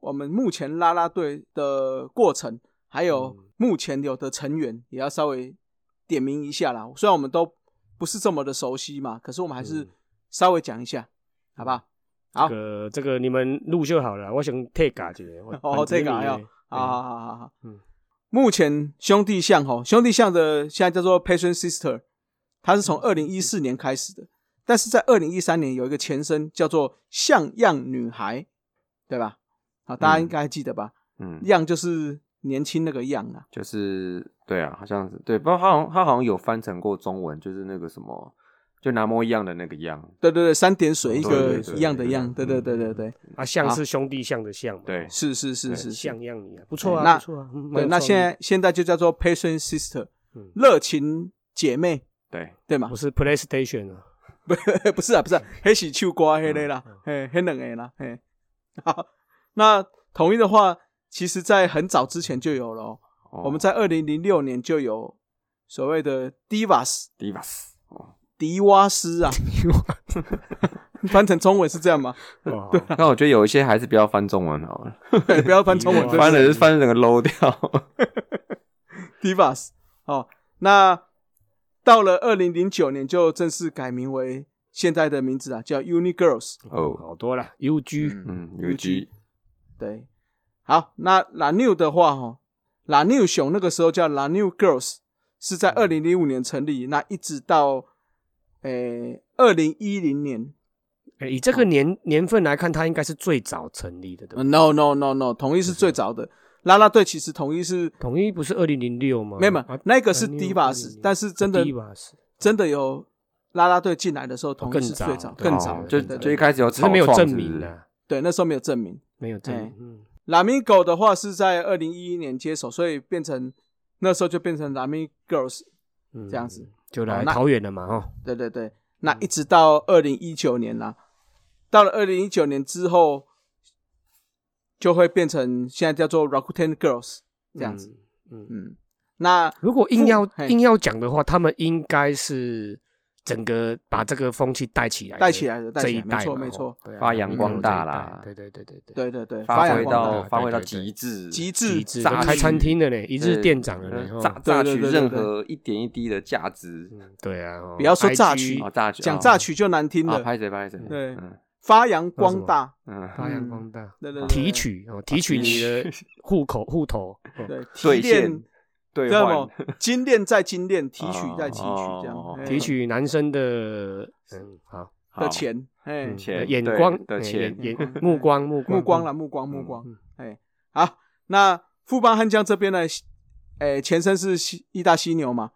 [SPEAKER 5] 我们目前啦啦队的过程，还有目前有的成员也要稍微点名一下啦。虽然我们都不是这么的熟悉嘛，可是我们还是稍微讲一下，好吧？好
[SPEAKER 4] 这个这个你们录就好了，我想退嘎这个。我
[SPEAKER 5] 哦，这个
[SPEAKER 4] 本职迷
[SPEAKER 5] 还
[SPEAKER 4] 的哎
[SPEAKER 5] 要，好好好好好，
[SPEAKER 4] 嗯
[SPEAKER 5] 目前兄弟象吼，兄弟象的现在叫做 Patient Sister，它
[SPEAKER 6] 嗯
[SPEAKER 5] 是从二零一四年开始的，但是在二零一三年有一个前身叫做像样女孩，对吧？好，大家应该还记得吧？
[SPEAKER 6] 嗯，
[SPEAKER 5] 样就是年轻那个样啊，
[SPEAKER 6] 就是对啊，好像是对，不过他好像他好像有翻成过中文，就是那个什么，就南模一样的那个样，
[SPEAKER 5] 对对对，三点水一个
[SPEAKER 6] 哦对对对
[SPEAKER 5] 一样的样，对对对对对，
[SPEAKER 4] 啊，像是兄弟像的像嘛，
[SPEAKER 6] 对，
[SPEAKER 5] 是是是
[SPEAKER 6] 对
[SPEAKER 5] 是是。
[SPEAKER 4] 像样你啊，不错啊，
[SPEAKER 5] 那
[SPEAKER 4] 不错啊，嗯蛮
[SPEAKER 5] 对，
[SPEAKER 4] 有
[SPEAKER 5] 那
[SPEAKER 4] 创意
[SPEAKER 5] 现在现在就叫做 Patient Sister，
[SPEAKER 4] 嗯
[SPEAKER 5] 热情姐妹，
[SPEAKER 6] 对，
[SPEAKER 5] 对吗
[SPEAKER 4] 不？是 PlayStation 啊，
[SPEAKER 5] 不是啊，不是、啊，黑喜秋瓜黑类啦，嘿，黑冷 A 啦，嘿。 好，那统一的话，其实在很早之前就有了哦、
[SPEAKER 6] 哦
[SPEAKER 5] 我们在二零零六年就有所谓的 Divas
[SPEAKER 6] Divas 哦，
[SPEAKER 5] 迪瓦斯啊， 翻成中文是这样吗？
[SPEAKER 4] 哦
[SPEAKER 6] 但我觉得有一些还是不要翻中文好了，
[SPEAKER 5] 不要翻中文，对不起
[SPEAKER 6] 翻了是翻整个 low 掉，
[SPEAKER 5] Divas 哦，那到了二零零九年就正式改名为现在的名字啊，叫 Uni Girls。
[SPEAKER 6] 哦，
[SPEAKER 4] 好多了，UG
[SPEAKER 6] 嗯，有 G
[SPEAKER 5] 对，好，那 La New 的话哦，La New 熊那个时候叫 La New Girls，是在二零零五年成立，那一直到诶二零一零年、
[SPEAKER 4] 哎以这个年年份来看，它应该是最早成立的，对
[SPEAKER 5] 呃
[SPEAKER 4] 吧？
[SPEAKER 5] No No No No，统一是最早的。啦啦队其实统一是
[SPEAKER 4] 统一不是二零零六吗？
[SPEAKER 5] 没有没有
[SPEAKER 4] 啊，
[SPEAKER 5] 那个是
[SPEAKER 4] La New
[SPEAKER 5] Divas，
[SPEAKER 4] 2006
[SPEAKER 5] 但是真的
[SPEAKER 4] Divas
[SPEAKER 5] 真的有啦啦队进来的时候，统一
[SPEAKER 4] 更
[SPEAKER 5] 是
[SPEAKER 4] 早
[SPEAKER 5] 最早
[SPEAKER 4] 对
[SPEAKER 5] 更早
[SPEAKER 6] 哦
[SPEAKER 5] 的，
[SPEAKER 6] 就
[SPEAKER 5] 对对
[SPEAKER 6] 就
[SPEAKER 5] 对
[SPEAKER 6] 一开始有
[SPEAKER 4] 只是
[SPEAKER 6] 草
[SPEAKER 4] 没有
[SPEAKER 6] 创
[SPEAKER 4] 证
[SPEAKER 6] 是不是
[SPEAKER 4] 明啊，
[SPEAKER 5] 对，那时候没有证明。
[SPEAKER 4] 没有证
[SPEAKER 5] 哎
[SPEAKER 4] 明，嗯，
[SPEAKER 5] 拉米狗的话是在二零一一年接手，所以变成那时候就变成拉米 girls
[SPEAKER 4] 嗯
[SPEAKER 5] 这样子。
[SPEAKER 4] 就
[SPEAKER 5] 好
[SPEAKER 4] 来
[SPEAKER 5] 那
[SPEAKER 4] 桃园了嘛，哦哈，
[SPEAKER 5] 对对对，那一直到二零一九年啦，到了二零一九年之后，就会变成现在叫做 Rakuten girls 这样子。
[SPEAKER 4] 嗯，嗯。
[SPEAKER 5] 嗯，那
[SPEAKER 4] 如果硬要
[SPEAKER 5] 嘿
[SPEAKER 4] 硬要讲的话，他们应该是整个把这个风气带起来的，
[SPEAKER 5] 带起来的带
[SPEAKER 4] 这
[SPEAKER 5] 起
[SPEAKER 4] 一
[SPEAKER 5] 来没
[SPEAKER 4] 代嘛，
[SPEAKER 5] 错
[SPEAKER 4] 哦
[SPEAKER 5] 没错，
[SPEAKER 4] 对啊
[SPEAKER 6] 发扬光大啦
[SPEAKER 4] 对对对对对，
[SPEAKER 5] 对对对，
[SPEAKER 6] 发
[SPEAKER 5] 扬
[SPEAKER 6] 挥
[SPEAKER 5] 光大
[SPEAKER 6] 到
[SPEAKER 4] 对
[SPEAKER 6] 发挥到
[SPEAKER 4] 对对
[SPEAKER 6] 极致，
[SPEAKER 5] 极致
[SPEAKER 4] 极致，都
[SPEAKER 6] 榨
[SPEAKER 4] 开
[SPEAKER 6] 取
[SPEAKER 4] 餐厅的呢，一日
[SPEAKER 6] 对
[SPEAKER 4] 店长的
[SPEAKER 6] 呃
[SPEAKER 4] 呢，
[SPEAKER 6] 榨
[SPEAKER 4] 哦
[SPEAKER 6] 榨
[SPEAKER 5] 对
[SPEAKER 6] 取
[SPEAKER 5] 对对
[SPEAKER 6] 任
[SPEAKER 5] 对
[SPEAKER 6] 何一点一滴的价值，
[SPEAKER 4] 嗯对啊，哦
[SPEAKER 5] 不要说榨取
[SPEAKER 4] IG
[SPEAKER 6] 哦，榨取
[SPEAKER 5] 讲
[SPEAKER 6] 哦
[SPEAKER 5] 榨取就难听
[SPEAKER 6] 啊，
[SPEAKER 5] 了，
[SPEAKER 6] 拍谁拍谁，
[SPEAKER 5] 对
[SPEAKER 6] 嗯
[SPEAKER 5] 发扬光大，
[SPEAKER 6] 嗯，
[SPEAKER 4] 发扬光大，
[SPEAKER 5] 对对对
[SPEAKER 4] 提取哦，提取你的户口户头，哦
[SPEAKER 5] 对提
[SPEAKER 6] 兑
[SPEAKER 5] 炼
[SPEAKER 6] 现。对
[SPEAKER 5] 知道
[SPEAKER 6] 换
[SPEAKER 5] 吗？精炼再精炼，提取再提取，这
[SPEAKER 6] 哦哦哦
[SPEAKER 5] 样
[SPEAKER 4] 提
[SPEAKER 5] 哎
[SPEAKER 4] 取男生的嗯好
[SPEAKER 6] 好
[SPEAKER 5] 的钱，哎
[SPEAKER 4] 嗯，
[SPEAKER 6] 钱
[SPEAKER 4] 呃眼
[SPEAKER 6] 对
[SPEAKER 4] 光
[SPEAKER 6] 的
[SPEAKER 4] 哎
[SPEAKER 6] 钱
[SPEAKER 4] 眼眼目光目光
[SPEAKER 5] 目光啦，
[SPEAKER 4] 了，
[SPEAKER 5] 目光，目光，哎，好，那富邦悍将这边呢，哎，前身是西义大犀牛嘛，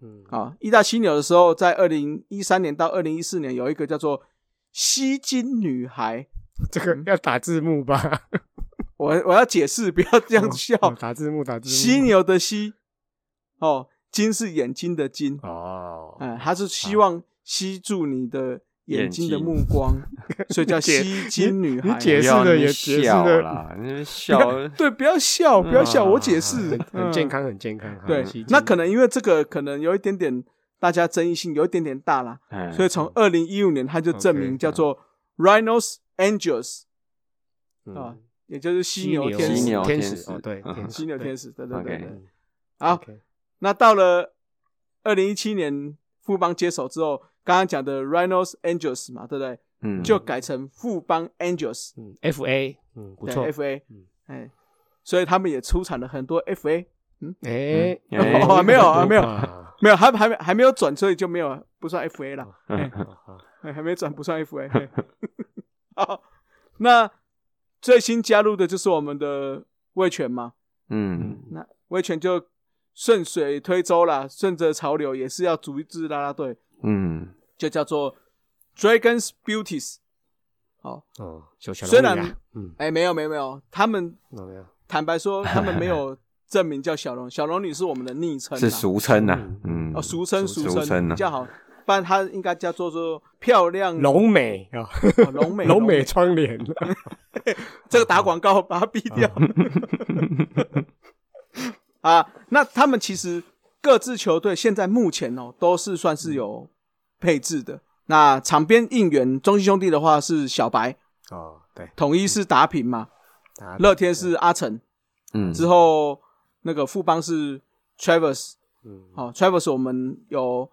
[SPEAKER 4] 嗯
[SPEAKER 5] 啊，义大犀牛的时候，在二零一三年到二零一四年有一个叫做吸金女孩，
[SPEAKER 4] 这
[SPEAKER 5] 嗯
[SPEAKER 4] 个要打字幕吧？
[SPEAKER 5] 我我要解释，不要这样笑，
[SPEAKER 4] 哦打字幕打字幕，
[SPEAKER 5] 犀牛的犀，哦，金是眼睛的金，
[SPEAKER 4] 哦，
[SPEAKER 5] 哎，他是希望吸住你的眼睛的目光，所以 叫吸金女孩。啊
[SPEAKER 4] 你解释的也解释
[SPEAKER 6] 了
[SPEAKER 4] 的
[SPEAKER 6] 啦，你笑
[SPEAKER 5] 不要对，不要笑，不要笑，我解释
[SPEAKER 4] 很，啊很健
[SPEAKER 5] 嗯。
[SPEAKER 4] 康，很健康。
[SPEAKER 5] 对
[SPEAKER 4] 好吸，睛
[SPEAKER 5] 那可能因为这个可能有一点点大家争议性有一点点大啦，
[SPEAKER 6] 哎
[SPEAKER 5] 所以从二零一五年他就证明
[SPEAKER 4] OK，
[SPEAKER 5] 叫做 Rhinos Angels
[SPEAKER 4] 嗯
[SPEAKER 5] 啊，也就是犀
[SPEAKER 4] 犀
[SPEAKER 5] 牛天
[SPEAKER 6] 犀
[SPEAKER 5] 使
[SPEAKER 6] 牛，
[SPEAKER 4] 天
[SPEAKER 6] 天
[SPEAKER 4] 使
[SPEAKER 6] 使
[SPEAKER 4] 哦，对，
[SPEAKER 6] 嗯
[SPEAKER 4] 天
[SPEAKER 5] 犀
[SPEAKER 4] 使
[SPEAKER 5] 牛天使，对对对
[SPEAKER 6] OK
[SPEAKER 5] 对。
[SPEAKER 4] 嗯
[SPEAKER 5] 好，
[SPEAKER 4] ，OK
[SPEAKER 5] 那到了二零一七年富邦接手之后，刚刚讲的 Rhinos Angels 嘛，对不对？
[SPEAKER 6] 嗯
[SPEAKER 5] 就改成富邦 Angels，
[SPEAKER 4] 嗯，FA，嗯，不
[SPEAKER 5] 对
[SPEAKER 4] 错。
[SPEAKER 5] FA，
[SPEAKER 4] 嗯
[SPEAKER 5] 哎，所以他们也出产了很多 FA，
[SPEAKER 4] 哎，
[SPEAKER 6] 嗯哎
[SPEAKER 5] 哦没有啊没有
[SPEAKER 4] 啊，
[SPEAKER 5] 没有，还还没还没有转，所以就没有不算 FA 啦。哎
[SPEAKER 4] 好好
[SPEAKER 5] 哎，还没转不算 FA 嘿。好，那最新加入的就是我们的魏权嘛，
[SPEAKER 6] 嗯
[SPEAKER 5] 那魏权就顺水推舟啦，顺着潮流也是要组一支啦啦队，
[SPEAKER 6] 嗯，
[SPEAKER 5] 就叫做 Dragons Beauties。哦，
[SPEAKER 4] 哦，小小
[SPEAKER 5] 虽
[SPEAKER 4] 龙女
[SPEAKER 5] 然
[SPEAKER 4] 啊嗯，
[SPEAKER 5] 哎，没有没有没有，他们
[SPEAKER 4] 有没有？
[SPEAKER 5] 坦白说，他们没 有证明叫小龙，小龙女是我们的昵称啦，啊
[SPEAKER 6] 是俗称呐，嗯，
[SPEAKER 5] 哦，俗称俗
[SPEAKER 6] 俗称
[SPEAKER 5] 称
[SPEAKER 6] 啊
[SPEAKER 5] 比较好，不然她应该叫做做漂亮
[SPEAKER 4] 龙美啊，
[SPEAKER 5] 哦龙美
[SPEAKER 4] 龙美窗帘，
[SPEAKER 5] 这个打广告把它毙掉 啊。那他们其实各支球队现在目前哦都是算是有配置的。那场边应援中信兄弟的话是小白，
[SPEAKER 4] 哦，对，
[SPEAKER 5] 统一是达平嘛，
[SPEAKER 4] 大家
[SPEAKER 5] 乐天是阿成，
[SPEAKER 6] 嗯
[SPEAKER 5] 之后那个富邦是 Travis，
[SPEAKER 4] 嗯，
[SPEAKER 5] 好、t r a v i s 我们有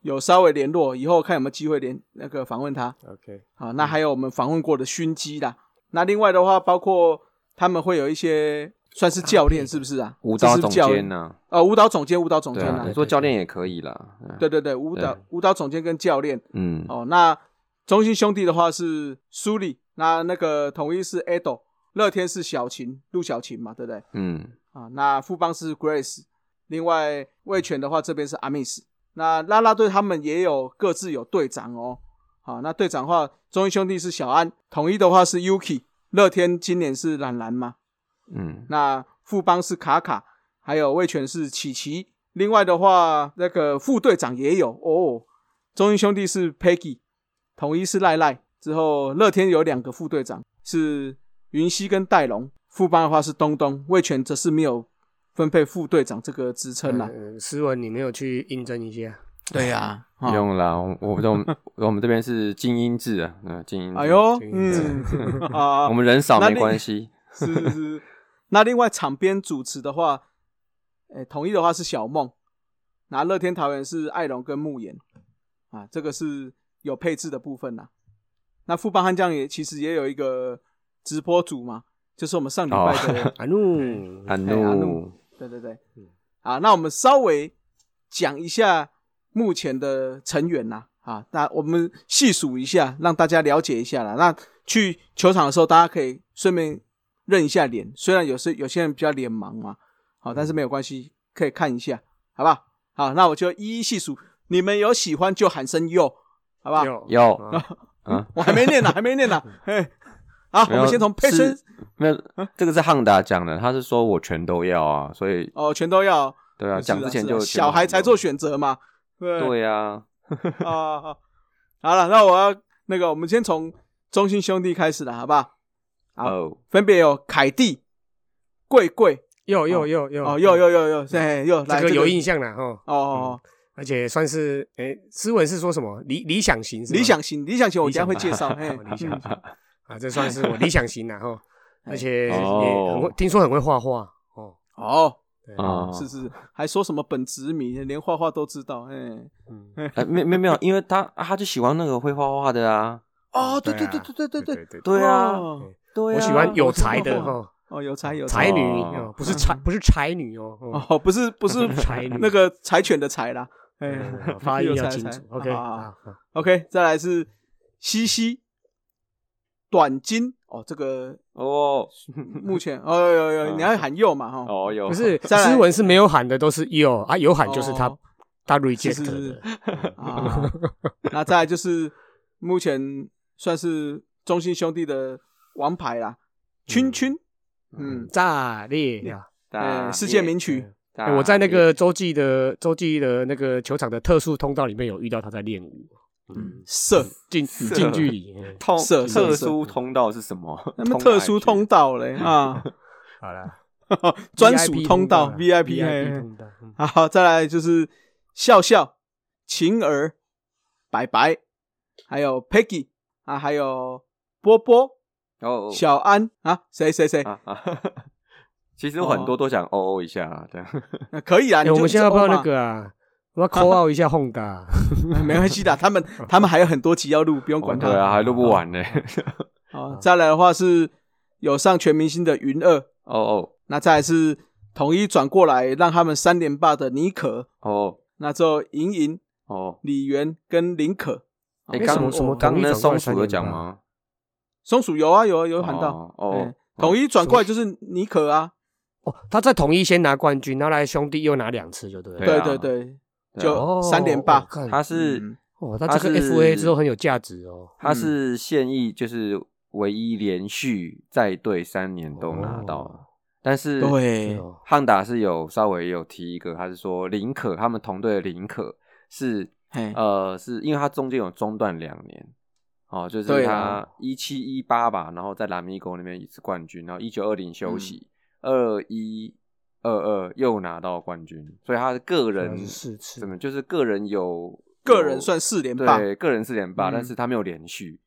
[SPEAKER 5] 有稍微联络，以后看有没有机会联那个访问他。
[SPEAKER 4] ，OK，
[SPEAKER 5] 啊，
[SPEAKER 6] 嗯
[SPEAKER 5] 那还有我们访问过的熏鸡啦。那另外的话，包括他们会有一些算是教练是不是啊？
[SPEAKER 6] 舞蹈
[SPEAKER 5] 这是
[SPEAKER 6] 总
[SPEAKER 5] 不是教练
[SPEAKER 6] 监呐、
[SPEAKER 5] 啊，舞蹈总监，舞蹈总
[SPEAKER 6] 对
[SPEAKER 5] 监
[SPEAKER 6] 啊，
[SPEAKER 5] 啊
[SPEAKER 6] 你，做教练也可以啦。对啊
[SPEAKER 5] 对对对，舞蹈
[SPEAKER 6] 对
[SPEAKER 5] 舞蹈总监跟教练
[SPEAKER 6] 嗯，
[SPEAKER 5] 哦。那中心兄弟的话是苏里，那那个统一是 Ado，乐天是小琴，陆小琴嘛，对不对？
[SPEAKER 6] 嗯，
[SPEAKER 5] 啊，那富邦是 Grace，另外魏权的话这边是 Amis，那啦啦队他们也有各自有队长哦。好，那队长的话，中心兄弟是小安，统一的话是 Yuki，乐天今年是懒懒嘛，
[SPEAKER 6] 嗯，
[SPEAKER 5] 那富邦是卡卡，还有魏权是琪琪。另外的话，那个副队长也有哦。中英兄弟是 Peggy，统一是赖赖。之后乐天有两个副队长是云溪跟戴龙，富邦的话是东东，魏权则是没有分配副队长这个职称啦。啊
[SPEAKER 4] 呃斯文，你没有去应征一下？
[SPEAKER 5] 对呀、
[SPEAKER 6] 不用啦，我我我们我们这边是精英制啊，嗯，精英制。
[SPEAKER 5] 哎，呦，
[SPEAKER 4] 对
[SPEAKER 5] 嗯 啊，
[SPEAKER 6] 我们人少
[SPEAKER 5] 那
[SPEAKER 6] 没
[SPEAKER 5] 另
[SPEAKER 6] 关 系。
[SPEAKER 5] 是是是。那另外场边主持的话，诶、统一的话是小梦，那乐天桃园是艾龙跟慕言，啊，这个是有配置的部分啦。那富邦悍将也其实也有一个直播组嘛，就是我们上礼拜的，
[SPEAKER 4] 阿怒，
[SPEAKER 6] 安
[SPEAKER 5] 哎安
[SPEAKER 6] 怒
[SPEAKER 5] 怒，对对对，啊，那我们稍微讲一下目前的成员啦，啊，那我们细数一下，让大家了解一下啦。那去球场的时候，大家可以顺便认一下脸，虽然有时有些人比较脸盲嘛，好，但是没有关系，可以看一下，好不好？好，那我就一一细数，你们有喜欢就喊声哟，好不好？
[SPEAKER 4] 有
[SPEAKER 6] 有
[SPEAKER 4] 啊
[SPEAKER 6] 啊，
[SPEAKER 5] 我还没 念呢，还没念呢，嘿，好，我
[SPEAKER 6] 没有
[SPEAKER 5] 们先从佩森
[SPEAKER 6] 是没有，这个是汉达讲的，他是说我全都要啊，所以
[SPEAKER 5] 哦，全都要。
[SPEAKER 6] 对啊，
[SPEAKER 5] 是啊
[SPEAKER 6] 讲之前
[SPEAKER 5] 是啊
[SPEAKER 6] 就
[SPEAKER 5] 小孩才做
[SPEAKER 6] 选。
[SPEAKER 5] 选择嘛，对
[SPEAKER 6] 对啊，
[SPEAKER 5] 啊啊，啊好了，那我要那个，我们先从中信兄弟开始了，好不好？好
[SPEAKER 6] 哦，
[SPEAKER 5] 分别有凯蒂、贵贵，
[SPEAKER 4] 有有有 有
[SPEAKER 5] 哦，又又又又，哎，又来
[SPEAKER 4] 这个有
[SPEAKER 5] 意
[SPEAKER 4] 印象了哈，
[SPEAKER 5] 哦哦，哦
[SPEAKER 4] 而且算是诶，斯文是说什么理理想型是吗？
[SPEAKER 5] 理想型，理想型，我
[SPEAKER 4] 理
[SPEAKER 5] 等一下
[SPEAKER 4] 想
[SPEAKER 5] 会
[SPEAKER 4] 吧
[SPEAKER 5] 介绍， 嘿，
[SPEAKER 4] 哦
[SPEAKER 5] 嗯
[SPEAKER 4] 理想型啊，这算是我理想型了哈，而且也
[SPEAKER 6] 哦
[SPEAKER 4] 很会，听说很会画画哦，
[SPEAKER 5] 哦，
[SPEAKER 4] 对
[SPEAKER 6] 啊，
[SPEAKER 5] 是是，是还说什么本职迷，连画画都知道，哎，
[SPEAKER 4] 嗯
[SPEAKER 6] 哎，没没没有，因为他啊他就喜欢那个会画画的啊，
[SPEAKER 5] 哦，对对对
[SPEAKER 4] 对啊
[SPEAKER 5] 对对对对，
[SPEAKER 4] 对对，
[SPEAKER 6] 对啊，
[SPEAKER 5] 哦
[SPEAKER 6] 对啊，
[SPEAKER 4] 我喜欢有才
[SPEAKER 5] 我
[SPEAKER 4] 的
[SPEAKER 5] 知道
[SPEAKER 4] 哈，
[SPEAKER 5] 哦，有才有
[SPEAKER 4] 才
[SPEAKER 5] 才
[SPEAKER 4] 女
[SPEAKER 6] 哦
[SPEAKER 4] 哦，不是才不是才女哦，哦
[SPEAKER 5] 哦，不是不是
[SPEAKER 4] 才女
[SPEAKER 5] 那个柴犬的柴啦，哎
[SPEAKER 4] 对， 对对发音
[SPEAKER 5] 有
[SPEAKER 4] 要
[SPEAKER 5] 才
[SPEAKER 4] 清
[SPEAKER 5] 才
[SPEAKER 4] 楚，OK
[SPEAKER 5] 好好好
[SPEAKER 4] 啊，好
[SPEAKER 5] OK，再来是西西短金哦，这个
[SPEAKER 6] 哦
[SPEAKER 5] 目前哦有有有，
[SPEAKER 6] 嗯
[SPEAKER 5] 你要喊右嘛哈，
[SPEAKER 6] 哦有，
[SPEAKER 4] 不是
[SPEAKER 5] 再来
[SPEAKER 4] 斯文是没有喊的都是有啊，有喊就是他
[SPEAKER 5] 哦
[SPEAKER 4] 他
[SPEAKER 5] 是
[SPEAKER 4] reject
[SPEAKER 5] 是是
[SPEAKER 4] 的，
[SPEAKER 5] 啊，那再来就是目前算是中信兄弟的王牌啦，圈圈，嗯，
[SPEAKER 4] 炸裂呀！
[SPEAKER 6] 啊
[SPEAKER 5] 呃，世界名曲
[SPEAKER 6] 大
[SPEAKER 4] 欸我在那个洲际的洲际的那个球场的特殊通道里面有遇到他在练舞，嗯，
[SPEAKER 5] 社，
[SPEAKER 4] 近近
[SPEAKER 6] 啊
[SPEAKER 4] 距 离。嗯
[SPEAKER 6] 通
[SPEAKER 5] 色色
[SPEAKER 6] 特
[SPEAKER 5] 色
[SPEAKER 6] 殊通道是什么？
[SPEAKER 5] 那么特殊
[SPEAKER 6] 通
[SPEAKER 5] 通
[SPEAKER 6] 哪
[SPEAKER 5] 道嘞啊，
[SPEAKER 4] 好了，
[SPEAKER 5] 专属通道 VIP，
[SPEAKER 4] VIP
[SPEAKER 5] 嘿
[SPEAKER 4] 通道嗯
[SPEAKER 5] 好，再来就是笑笑、晴儿、白白，还有 Peggy 啊，还有波波。
[SPEAKER 6] 里哦
[SPEAKER 5] 小安啊，谁谁谁，
[SPEAKER 6] 啊啊， 其实我很多都想哦哦一下啊，这样
[SPEAKER 5] 那可以啊。你就
[SPEAKER 4] 欸我们现在
[SPEAKER 5] 一
[SPEAKER 4] 要
[SPEAKER 5] 直
[SPEAKER 4] 不要
[SPEAKER 5] 欧嘛
[SPEAKER 4] 那？个啊？我要 call out 一下 Honda， 啊
[SPEAKER 5] 没关系的，他 们他们还有很多集要录，不用管
[SPEAKER 4] 哦
[SPEAKER 5] 他。
[SPEAKER 6] 对啊，还录不完呢。
[SPEAKER 5] 好再来的话是有上全明星的云二，
[SPEAKER 6] 哦哦
[SPEAKER 5] 那再来是统一转过来让他们三连霸的尼可，
[SPEAKER 6] 哦
[SPEAKER 5] 那之后莹莹、
[SPEAKER 6] 哦，
[SPEAKER 5] 李元跟林可。
[SPEAKER 6] 哎，
[SPEAKER 5] 为
[SPEAKER 4] 什
[SPEAKER 6] 刚
[SPEAKER 4] 么什么
[SPEAKER 6] 刚
[SPEAKER 4] 同意
[SPEAKER 6] 那
[SPEAKER 4] 转过
[SPEAKER 6] 松
[SPEAKER 4] 来
[SPEAKER 6] 鼠
[SPEAKER 4] 三
[SPEAKER 6] 有
[SPEAKER 4] 连
[SPEAKER 6] 讲
[SPEAKER 4] 霸
[SPEAKER 6] 吗？
[SPEAKER 5] 松鼠有啊有啊有喊到
[SPEAKER 6] 哦哦
[SPEAKER 5] 哎，统一转过来就是尼可啊，
[SPEAKER 4] 哦，他在统一先拿冠军，然后来兄弟又拿两次，就对了。
[SPEAKER 6] 对
[SPEAKER 5] 对
[SPEAKER 6] 啊
[SPEAKER 5] 对对，
[SPEAKER 6] 对啊
[SPEAKER 5] 就
[SPEAKER 4] 哦
[SPEAKER 5] 三连霸
[SPEAKER 4] 哦。看
[SPEAKER 6] 他是
[SPEAKER 5] 嗯
[SPEAKER 4] 哦，他
[SPEAKER 6] 他
[SPEAKER 4] 这个
[SPEAKER 6] 是
[SPEAKER 4] FA 之后很有价值哦。
[SPEAKER 6] 他是现役就是唯一连续在队三年都拿到，
[SPEAKER 4] 哦
[SPEAKER 6] 但是
[SPEAKER 5] 对
[SPEAKER 4] 是哦
[SPEAKER 6] 汉达是有稍微有提一个，他是说林可他们同队的林可是
[SPEAKER 5] 嘿，
[SPEAKER 6] 呃是因为他中间有中断两年。哦，就
[SPEAKER 5] 对
[SPEAKER 6] 是
[SPEAKER 5] 啊
[SPEAKER 6] 他一七一八吧，然后在拉米狗那边一次冠军，然后一九二零
[SPEAKER 5] 嗯
[SPEAKER 6] 休息，二一二二又拿到冠军，所以他的个
[SPEAKER 4] 原来
[SPEAKER 6] 人
[SPEAKER 4] 是四次
[SPEAKER 6] 怎么就是个人有
[SPEAKER 5] 个人
[SPEAKER 6] 有
[SPEAKER 5] 算四连霸，
[SPEAKER 6] 对，个人是连霸，
[SPEAKER 5] 嗯
[SPEAKER 6] 但是他没有连续，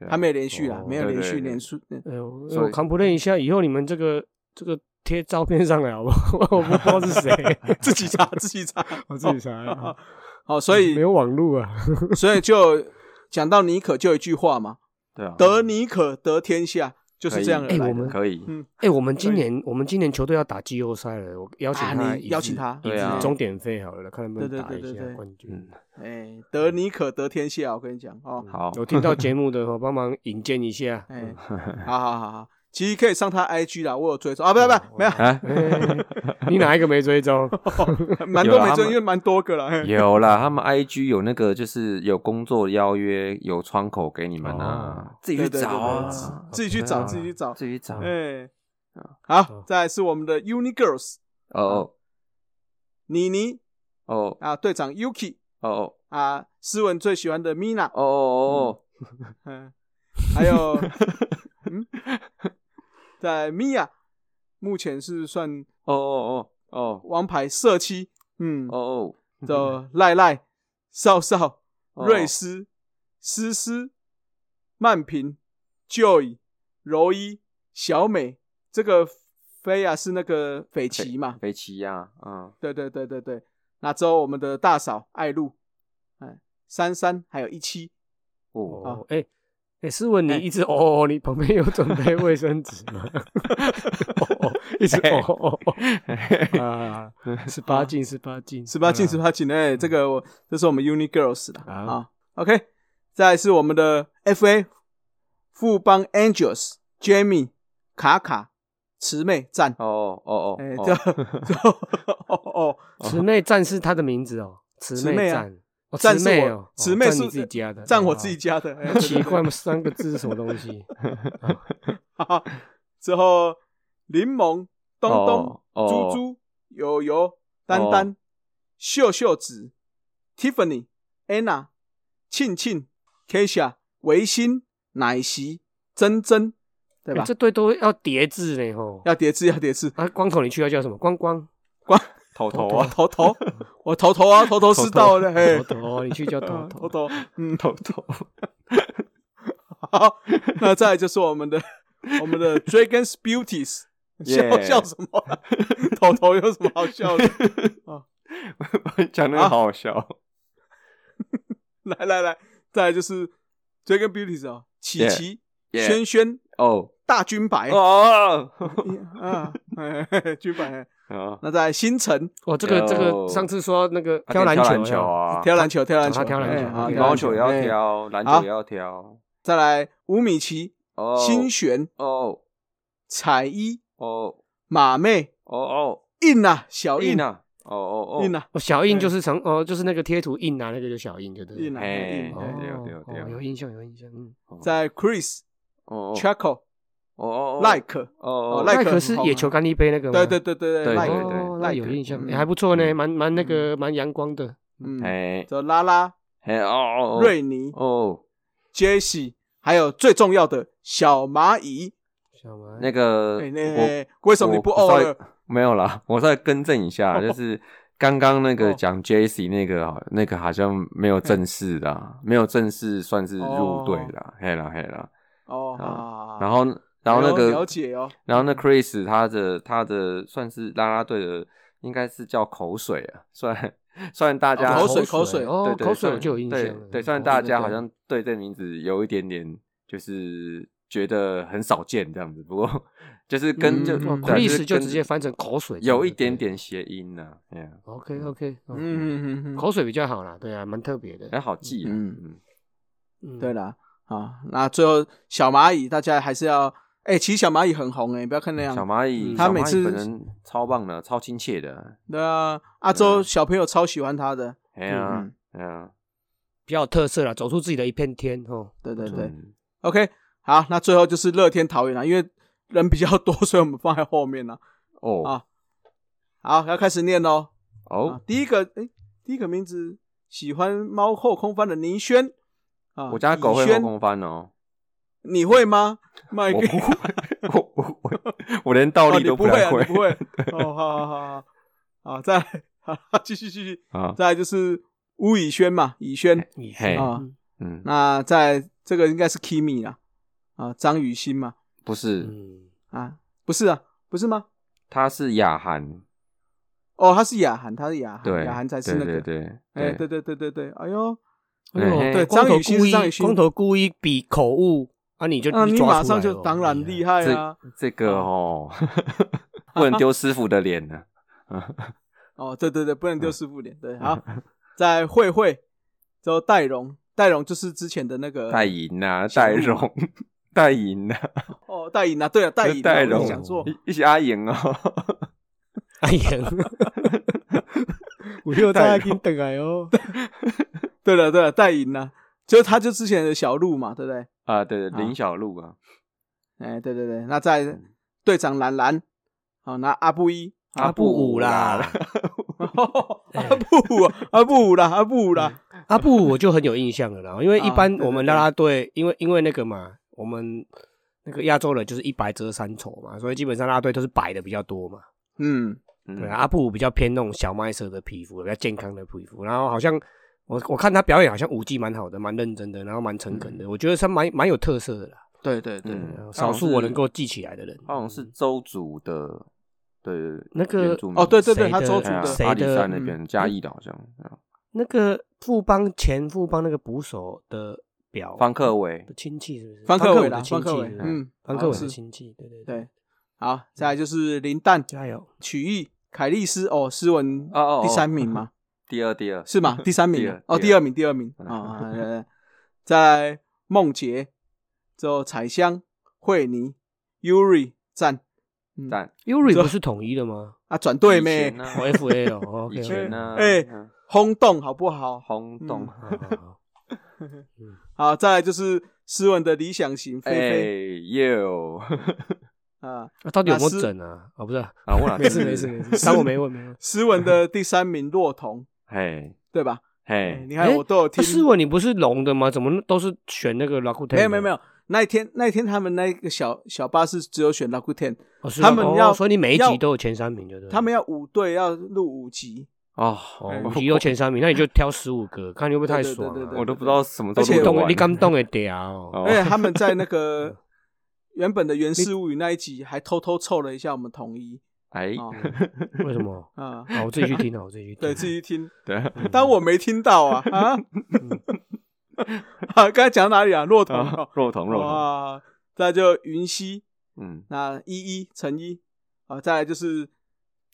[SPEAKER 6] 对啊
[SPEAKER 5] 他没有连续啦
[SPEAKER 4] 哦，
[SPEAKER 5] 没有
[SPEAKER 6] 对
[SPEAKER 5] 连
[SPEAKER 6] 对
[SPEAKER 5] 续
[SPEAKER 6] 对
[SPEAKER 5] 连输。嗯
[SPEAKER 4] 哎我
[SPEAKER 6] 所
[SPEAKER 4] 我
[SPEAKER 6] 以
[SPEAKER 4] complain 一下，以后你们这个这个贴照片上来好不好？ 我不知道是 谁，
[SPEAKER 5] 自己查，自己查，
[SPEAKER 4] 我自己查啊。
[SPEAKER 5] 哦，所以
[SPEAKER 4] 没有网路啊。
[SPEAKER 5] 所以就讲到尼可，就有一句话嘛，
[SPEAKER 6] 对啊，
[SPEAKER 5] 得尼可得天下。就是这样而
[SPEAKER 4] 哎
[SPEAKER 5] 已。
[SPEAKER 4] 我们
[SPEAKER 6] 可以，
[SPEAKER 5] 嗯
[SPEAKER 4] 哎，我们今年我们今年球队要打季后赛了，我邀请
[SPEAKER 5] 啊
[SPEAKER 4] 他
[SPEAKER 5] 你
[SPEAKER 4] 一
[SPEAKER 5] 邀
[SPEAKER 4] 致
[SPEAKER 5] 请他
[SPEAKER 4] 一
[SPEAKER 6] 对啊
[SPEAKER 4] 致终点费好了，看能不能
[SPEAKER 5] 对对
[SPEAKER 4] 打一
[SPEAKER 5] 对对
[SPEAKER 4] 下
[SPEAKER 5] 对
[SPEAKER 4] 冠军
[SPEAKER 6] 嗯。
[SPEAKER 5] 哎，得你可得天下，我跟你讲哦。
[SPEAKER 6] 好，
[SPEAKER 4] 有听到节目的哦，帮忙引荐一下。嗯
[SPEAKER 5] 哎，
[SPEAKER 6] 嗯
[SPEAKER 5] 好好好好，其实可以上他 IG 啦，我有追踪啊，不是不是，没有， 哦
[SPEAKER 6] 啊，
[SPEAKER 4] 哎 你哪一个没追踪？
[SPEAKER 5] 蛮
[SPEAKER 6] 有
[SPEAKER 5] 多
[SPEAKER 6] 啦
[SPEAKER 5] 没
[SPEAKER 6] 他
[SPEAKER 5] 追，
[SPEAKER 6] 们
[SPEAKER 5] 因为蛮多个了。嘿
[SPEAKER 6] 有啦，他们 IG 有那个就是有工作邀约，有窗口给你们啊，自己去
[SPEAKER 5] 哦对对
[SPEAKER 6] 找啊
[SPEAKER 5] 对对，自己去找自己去找
[SPEAKER 6] 自己去找。
[SPEAKER 5] 哎，
[SPEAKER 6] 啊
[SPEAKER 5] 好，再来是我们的 Uni Girls
[SPEAKER 6] 哦哦
[SPEAKER 5] 妮妮
[SPEAKER 6] 哦
[SPEAKER 5] 啊，队长 Yuki
[SPEAKER 6] 哦哦
[SPEAKER 5] 啊，诗文最喜欢的 Mina，
[SPEAKER 6] 哦哦
[SPEAKER 5] 嗯，还 有，嗯，在 Mia 目前是算
[SPEAKER 6] 哦哦哦
[SPEAKER 5] 王牌社七，嗯
[SPEAKER 6] 哦，哦
[SPEAKER 5] 的赖赖、少少、
[SPEAKER 6] 哦
[SPEAKER 5] 瑞斯、思思、曼平、Joy、柔一、小美，这个菲亚是那个斐奇嘛？
[SPEAKER 6] 飞奇呀，嗯，
[SPEAKER 5] 对对对对对。那之后我们的大嫂艾露，哎，珊珊，还有一期，
[SPEAKER 6] 哦，
[SPEAKER 4] 哦，哎、哎，思文，你
[SPEAKER 5] 哎
[SPEAKER 4] 一直哦哦哦，你旁边有准备卫生纸吗？ 哦哦，一
[SPEAKER 5] 哎
[SPEAKER 4] 直哦哦 哦啊，十八禁，十八禁，
[SPEAKER 5] 十八进
[SPEAKER 4] 好
[SPEAKER 5] 十
[SPEAKER 4] 啦
[SPEAKER 5] 八进，哎，这个我这是我们 Uni Girls 的
[SPEAKER 4] 啊
[SPEAKER 5] 啊。OK，再来是我们的 FA 富邦 Angels Jamie 卡卡慈妹赞
[SPEAKER 6] 哦哦哦
[SPEAKER 5] 哎，
[SPEAKER 6] 哦
[SPEAKER 5] 这，这哦
[SPEAKER 4] 慈妹站是他的名字哦，慈
[SPEAKER 5] 慈妹啊
[SPEAKER 4] 站，哦
[SPEAKER 5] 赞
[SPEAKER 4] 慈
[SPEAKER 5] 是
[SPEAKER 4] 妹
[SPEAKER 5] 我
[SPEAKER 4] 哦，
[SPEAKER 5] 慈
[SPEAKER 4] 哦
[SPEAKER 5] 妹
[SPEAKER 4] 赞
[SPEAKER 5] 是
[SPEAKER 4] 你自己加的，
[SPEAKER 5] 哦，赞
[SPEAKER 4] 哦
[SPEAKER 5] 我自己。家的，哎
[SPEAKER 4] 哦 奇怪，三个字是什么 东西？哎
[SPEAKER 5] 好 之后柠檬、东东
[SPEAKER 6] 哦、哦
[SPEAKER 5] 猪猪、友友、丹丹、秀秀子、Tiffany、Anna、庆庆、Kisha、维新、奶昔、珍珍，对吧
[SPEAKER 4] 哎这？对都要叠字呢吼。
[SPEAKER 5] 要叠字，要叠字，
[SPEAKER 4] 啊，光头你去要叫什么？光光
[SPEAKER 5] 光
[SPEAKER 6] 头头
[SPEAKER 5] 我
[SPEAKER 6] 啊，
[SPEAKER 5] 头头，我头头 啊，头头是道的，嘿
[SPEAKER 4] 头，头，你去叫头
[SPEAKER 5] 嗯
[SPEAKER 4] 头
[SPEAKER 5] 哎 头。头，嗯，
[SPEAKER 6] 头头，
[SPEAKER 5] 好，那再来就是我们的 我们的 Dragons Beauties，笑
[SPEAKER 6] Yeah
[SPEAKER 5] 笑什么？啊头头有什么好笑的？
[SPEAKER 6] 哦讲
[SPEAKER 5] 啊
[SPEAKER 6] 那个好好笑，
[SPEAKER 5] 来来来，再来就是 Dragon Beauties 哦，琪
[SPEAKER 6] Yeah
[SPEAKER 5] 琪、
[SPEAKER 6] Yeah
[SPEAKER 5] 轩轩、
[SPEAKER 6] 哦
[SPEAKER 5] 大军白
[SPEAKER 6] 哦
[SPEAKER 5] 啊，嘿嘿嘿军白。
[SPEAKER 6] 啊，
[SPEAKER 5] 那再来星辰
[SPEAKER 4] 哦，这个这
[SPEAKER 6] 哦
[SPEAKER 4] 个，上次说那个
[SPEAKER 6] 挑
[SPEAKER 4] 篮
[SPEAKER 6] 篮
[SPEAKER 4] 球
[SPEAKER 6] 球
[SPEAKER 4] 啊，
[SPEAKER 6] 啊，
[SPEAKER 5] 挑篮球，挑篮
[SPEAKER 4] 哦
[SPEAKER 5] 球，
[SPEAKER 4] 他挑篮
[SPEAKER 5] 哎
[SPEAKER 4] 球
[SPEAKER 5] 好
[SPEAKER 4] 啊
[SPEAKER 6] 羽
[SPEAKER 5] 挑
[SPEAKER 6] 毛
[SPEAKER 5] 篮
[SPEAKER 6] 球也要。
[SPEAKER 5] 哎
[SPEAKER 6] 挑，篮
[SPEAKER 5] 好
[SPEAKER 6] 球也要挑，
[SPEAKER 5] 再来吴米奇、
[SPEAKER 6] 哦，
[SPEAKER 5] 新璇、
[SPEAKER 6] 哦
[SPEAKER 5] 彩衣、
[SPEAKER 6] 哦
[SPEAKER 5] 马妹、
[SPEAKER 6] 哦哦，
[SPEAKER 5] 印啊，小印
[SPEAKER 6] 印，啊，哦哦哦，
[SPEAKER 5] 印啊，
[SPEAKER 4] 哦，小印就是长哦，就是那个贴图印啊，那个就小印，对不对？
[SPEAKER 5] 印啊，
[SPEAKER 6] 嘿
[SPEAKER 5] 印
[SPEAKER 4] 哦
[SPEAKER 5] 啊。
[SPEAKER 6] 对对对对
[SPEAKER 4] 哦有印象，有印象。嗯，
[SPEAKER 5] 在 Chris、
[SPEAKER 6] 哦哦
[SPEAKER 5] Chaco、
[SPEAKER 6] 哦哦
[SPEAKER 5] Like，
[SPEAKER 6] 哦
[SPEAKER 5] 哦
[SPEAKER 6] 哦
[SPEAKER 5] 赖
[SPEAKER 4] 那
[SPEAKER 5] 可
[SPEAKER 4] 可
[SPEAKER 5] 很
[SPEAKER 4] 是
[SPEAKER 5] 红
[SPEAKER 4] 野
[SPEAKER 5] 啊
[SPEAKER 4] 球干一杯那个吗？
[SPEAKER 5] 对对对对
[SPEAKER 6] 对
[SPEAKER 5] 赖
[SPEAKER 6] 对
[SPEAKER 5] 可，
[SPEAKER 6] 对
[SPEAKER 4] 哦，那
[SPEAKER 5] 赖
[SPEAKER 4] 有
[SPEAKER 5] 可
[SPEAKER 4] 印象，
[SPEAKER 6] 嗯
[SPEAKER 4] 也还不错呢，
[SPEAKER 6] 嗯
[SPEAKER 4] 蛮蛮那个蛮阳光的。
[SPEAKER 5] 嗯，
[SPEAKER 6] 嘿
[SPEAKER 5] 这拉拉、
[SPEAKER 6] 嘿哦哦哦
[SPEAKER 5] 瑞尼、
[SPEAKER 6] 哦
[SPEAKER 5] Jesse，还有最重要的小蚂蚁。
[SPEAKER 4] 小蛮
[SPEAKER 6] 那个
[SPEAKER 5] 哎，
[SPEAKER 6] 我
[SPEAKER 5] 那为什么你不
[SPEAKER 6] 我
[SPEAKER 5] 哦
[SPEAKER 6] 稍微
[SPEAKER 5] 了？
[SPEAKER 6] 没有啦，我再更正一下，
[SPEAKER 5] 哦
[SPEAKER 6] 就是刚刚那个讲 J C 那个好，那个好像没有正式的啊，没有正式算是入队啦，嘿啦嘿啦。
[SPEAKER 5] 哦，
[SPEAKER 6] 啊
[SPEAKER 5] 好好好
[SPEAKER 6] 然后然后那
[SPEAKER 5] 哎呦了
[SPEAKER 6] 个
[SPEAKER 5] 解哦，
[SPEAKER 6] 然后那 Chris 他的他的算是啦啦队的，应该是叫口水啊，虽然虽然大家
[SPEAKER 5] 哦口水
[SPEAKER 6] 对
[SPEAKER 4] 哦，
[SPEAKER 6] 对
[SPEAKER 4] 口
[SPEAKER 6] 虽
[SPEAKER 4] 水我
[SPEAKER 6] 然
[SPEAKER 4] 就有印象
[SPEAKER 6] 对
[SPEAKER 4] 了。
[SPEAKER 6] 对，虽然
[SPEAKER 4] 哦
[SPEAKER 6] 大
[SPEAKER 4] 对
[SPEAKER 6] 家
[SPEAKER 4] 对
[SPEAKER 6] 好像对这名字有一点点就是觉得很少见这样子，不过 就是跟就
[SPEAKER 5] 嗯
[SPEAKER 6] 对
[SPEAKER 4] 哦
[SPEAKER 6] 啊
[SPEAKER 4] ，Chris
[SPEAKER 6] 就
[SPEAKER 4] 就是直接
[SPEAKER 6] 跟
[SPEAKER 4] 翻成口水，
[SPEAKER 6] 有一点。点谐音呢。哎呀，
[SPEAKER 4] OK OK，嗯，
[SPEAKER 5] 嗯嗯嗯，
[SPEAKER 4] 口水比较好啦，对啊，蛮特别的
[SPEAKER 6] 还。好记啊。
[SPEAKER 5] 嗯
[SPEAKER 6] 嗯，
[SPEAKER 4] 嗯
[SPEAKER 5] 对啦，啊，那最后小蚂蚁大家还是要，哎，其实小蚂蚁很红哎，你不要看那样嗯
[SPEAKER 6] 小，蚂蚁，
[SPEAKER 5] 他
[SPEAKER 6] 小
[SPEAKER 5] 每
[SPEAKER 6] 蚂蚁
[SPEAKER 5] 次
[SPEAKER 6] 本人超棒的，超亲切的。
[SPEAKER 5] 对啊，阿周小朋友超喜欢他的，
[SPEAKER 6] 哎呀
[SPEAKER 5] 嗯，
[SPEAKER 6] 哎呀，
[SPEAKER 4] 比较有特色啦，走出自己的一片天哦。
[SPEAKER 5] 对对对
[SPEAKER 6] 嗯
[SPEAKER 5] ，OK，好，那最后就是乐天桃园啦，因为人比较多，所以我们放在后面啦。
[SPEAKER 6] 哦
[SPEAKER 5] 啊好，要开始念喽。啊
[SPEAKER 6] 哦，，
[SPEAKER 5] 第一个，哎，第一个名字喜欢猫后空翻的倪轩啊，
[SPEAKER 6] 我家狗会
[SPEAKER 5] 以
[SPEAKER 6] 后
[SPEAKER 5] 轩
[SPEAKER 6] 空翻哦，
[SPEAKER 5] 你会吗？麦
[SPEAKER 6] 我
[SPEAKER 5] 克
[SPEAKER 6] 不会，我我我我连倒
[SPEAKER 5] 哦，
[SPEAKER 6] 立
[SPEAKER 5] 你
[SPEAKER 6] 都
[SPEAKER 5] 不会
[SPEAKER 6] 太
[SPEAKER 5] 啊，
[SPEAKER 6] 会
[SPEAKER 5] 你不会。哦，好好好好，好，再来，好，继续继续，
[SPEAKER 6] 啊。
[SPEAKER 5] 再来就是吴以轩嘛，以轩
[SPEAKER 4] 你
[SPEAKER 6] 嘿
[SPEAKER 5] 啊，
[SPEAKER 6] 嗯，
[SPEAKER 5] 那在这个应该是 Kimi 啦，啊，张雨欣嘛，
[SPEAKER 6] 不是，
[SPEAKER 4] 嗯，
[SPEAKER 5] 啊，不是啊，不是吗？
[SPEAKER 6] 他是雅涵，
[SPEAKER 5] 哦，他是雅涵，他是雅涵，
[SPEAKER 6] 对，
[SPEAKER 5] 雅涵啊才是那
[SPEAKER 6] 对
[SPEAKER 5] 个，
[SPEAKER 6] 对
[SPEAKER 5] 哎，
[SPEAKER 6] 对
[SPEAKER 5] 对对对对对，哎呦，
[SPEAKER 4] 哎呦
[SPEAKER 6] 嘿
[SPEAKER 5] 对
[SPEAKER 4] 光
[SPEAKER 5] 张
[SPEAKER 4] 头
[SPEAKER 5] 雨欣
[SPEAKER 4] 故
[SPEAKER 5] 是张
[SPEAKER 4] 意
[SPEAKER 5] 雨欣
[SPEAKER 4] 光头故意比口误啊，你就
[SPEAKER 5] 那你
[SPEAKER 4] 抓
[SPEAKER 5] 马
[SPEAKER 4] 出
[SPEAKER 5] 上
[SPEAKER 4] 来哦哎
[SPEAKER 5] 就
[SPEAKER 4] 了
[SPEAKER 5] 当然厉害啊！
[SPEAKER 6] 这这个哦，不能丢师傅的脸呢。
[SPEAKER 5] 哦，对对对，不
[SPEAKER 6] 嗯
[SPEAKER 5] 能丢师傅脸。 对，好，在慧慧，之后戴荣，戴荣就是之前的那个
[SPEAKER 6] 戴 银呐，戴荣， 戴银呐，
[SPEAKER 5] 哦，戴颖啊，对啊，戴颖啊，
[SPEAKER 6] 戴
[SPEAKER 5] 我跟
[SPEAKER 6] 荣
[SPEAKER 5] 你讲错，
[SPEAKER 6] 一一起阿莹哦，
[SPEAKER 4] 哎呀，
[SPEAKER 2] 我又
[SPEAKER 6] 在
[SPEAKER 2] 在
[SPEAKER 6] 那
[SPEAKER 2] 跟
[SPEAKER 6] 边
[SPEAKER 2] 等来 哦。
[SPEAKER 5] 对了对了，戴颖啊，就是他就之前的小鹿嘛，对不对？
[SPEAKER 6] 啊，对，
[SPEAKER 5] 啊
[SPEAKER 6] 林小璐啊，
[SPEAKER 5] 哎，对对对，那在队长兰兰，好，那阿布一，
[SPEAKER 6] 啊
[SPEAKER 4] 阿布五啊啦，
[SPEAKER 5] 阿布啊阿布啦，阿布啦，
[SPEAKER 4] 阿布啊五我就很有印象了啦，因为一
[SPEAKER 5] 啊
[SPEAKER 4] 般
[SPEAKER 5] 对
[SPEAKER 4] 我们
[SPEAKER 5] 对对
[SPEAKER 4] 啦啦队，因为因为那个嘛，我们那个亚洲人就是一白遮三丑嘛，所以基本上啦啦队都是白的比较多嘛。
[SPEAKER 5] 嗯，
[SPEAKER 6] 嗯
[SPEAKER 4] 对啊，阿布比较偏那种小麦色的皮肤，比较健康的皮肤。然后好像我我看他表演好像舞技蛮好的，蛮认真的，然后蛮诚恳的，
[SPEAKER 5] 嗯
[SPEAKER 4] 我觉得他蛮蛮有特色的啦。
[SPEAKER 5] 对对对，
[SPEAKER 6] 嗯
[SPEAKER 4] 呃
[SPEAKER 6] 他
[SPEAKER 4] 少
[SPEAKER 6] 好像
[SPEAKER 4] 数我
[SPEAKER 6] 是
[SPEAKER 4] 能够记起来的人，
[SPEAKER 6] 他好像是周族的，对对对
[SPEAKER 4] 嗯那个
[SPEAKER 6] 原住民
[SPEAKER 5] 哦对对对
[SPEAKER 4] 谁
[SPEAKER 5] 他
[SPEAKER 4] 的
[SPEAKER 5] 周族
[SPEAKER 6] 对啊
[SPEAKER 5] 的
[SPEAKER 4] 谁
[SPEAKER 6] 阿里
[SPEAKER 4] 的嗯
[SPEAKER 6] 山那边嘉义的好像啊
[SPEAKER 4] 那个富邦前富邦那个捕手的表
[SPEAKER 6] 方克伟
[SPEAKER 4] 的亲戚是不是？
[SPEAKER 5] 方克
[SPEAKER 4] 克
[SPEAKER 5] 伟
[SPEAKER 4] 的
[SPEAKER 5] 啦，
[SPEAKER 4] 亲
[SPEAKER 5] 方
[SPEAKER 4] 戚
[SPEAKER 5] 克伟
[SPEAKER 4] 是，不是，
[SPEAKER 5] 嗯，
[SPEAKER 4] 方克
[SPEAKER 5] 好
[SPEAKER 4] 伟的
[SPEAKER 5] 是
[SPEAKER 4] 亲戚，对对对，
[SPEAKER 5] 对，好，再来就是林丹、
[SPEAKER 4] 加油！
[SPEAKER 5] 曲艺、凯丽斯，哦，斯文
[SPEAKER 6] 哦哦哦
[SPEAKER 5] 第三名嘛，
[SPEAKER 6] 第二第二
[SPEAKER 5] 是吗？第三名
[SPEAKER 6] 第
[SPEAKER 5] 啊
[SPEAKER 6] 二
[SPEAKER 5] 哦，第二名，第二名
[SPEAKER 6] 嗯
[SPEAKER 5] 啊，对对对再来梦洁，之后彩香、惠妮、Yuri 赞
[SPEAKER 6] 但
[SPEAKER 4] Yuri 不是统一的吗？
[SPEAKER 5] 啊，转队妹
[SPEAKER 6] 以前，呢
[SPEAKER 4] 哦，F A 哦哦
[SPEAKER 6] 以
[SPEAKER 4] ，OK，
[SPEAKER 6] 前呢，
[SPEAKER 5] 哎
[SPEAKER 6] 嗯
[SPEAKER 5] 轰动好不好？
[SPEAKER 6] 轰动
[SPEAKER 5] 嗯
[SPEAKER 4] 好，
[SPEAKER 5] 好，再来就是斯文的理想型
[SPEAKER 6] 哎
[SPEAKER 5] 菲菲
[SPEAKER 6] 哟
[SPEAKER 5] 啊，
[SPEAKER 4] 到底有没
[SPEAKER 5] 那
[SPEAKER 4] 有
[SPEAKER 5] 是
[SPEAKER 4] 整啊？哦，不是啊，
[SPEAKER 6] 啊，我哪
[SPEAKER 4] 没事
[SPEAKER 6] 知
[SPEAKER 4] 没事没 事，当我没问没问。
[SPEAKER 5] 斯文的第三名洛彤，
[SPEAKER 6] 嘿
[SPEAKER 5] 对吧？哎
[SPEAKER 6] 嘿
[SPEAKER 5] 你看我都有听
[SPEAKER 4] 啊，思文，你不是龙的吗？怎么都是选那个 l a k u t
[SPEAKER 5] 没有没有没有，那一天那一天他们那个小小巴士只有选 l a k u t e n
[SPEAKER 4] 哦，是吗
[SPEAKER 5] 他们要
[SPEAKER 4] 哦所以你每一
[SPEAKER 5] 要
[SPEAKER 4] 集都有前三名，就对了。
[SPEAKER 5] 他们要五队要录五集，
[SPEAKER 6] 哦，
[SPEAKER 4] 哦，五集都前三名，那你就挑十五个，看你会不会太
[SPEAKER 5] 对对
[SPEAKER 4] 爽
[SPEAKER 5] 对对
[SPEAKER 4] 啊
[SPEAKER 5] 对？
[SPEAKER 6] 我都不知道什么时
[SPEAKER 4] 而
[SPEAKER 6] 候
[SPEAKER 4] 且
[SPEAKER 6] 录得
[SPEAKER 4] 动
[SPEAKER 6] 完
[SPEAKER 4] 你敢动的屌哦，
[SPEAKER 5] 而且
[SPEAKER 6] 哦，
[SPEAKER 5] 哎他们在那个原本的《源氏物语》那一集还偷偷凑了一下我们统一
[SPEAKER 6] 哎，
[SPEAKER 5] 哦
[SPEAKER 4] 为什么？
[SPEAKER 5] 啊，
[SPEAKER 4] 啊，我自己去听啊，我自己去听。
[SPEAKER 5] 对自己听，
[SPEAKER 6] 对，
[SPEAKER 5] 当我没听到啊啊！ 啊，刚才讲到哪里啊？骆驼
[SPEAKER 4] 哦
[SPEAKER 6] 啊肉桶肉桶，
[SPEAKER 5] 啊，再来就云溪，
[SPEAKER 6] 嗯，
[SPEAKER 5] 那依依陈依啊，再来就是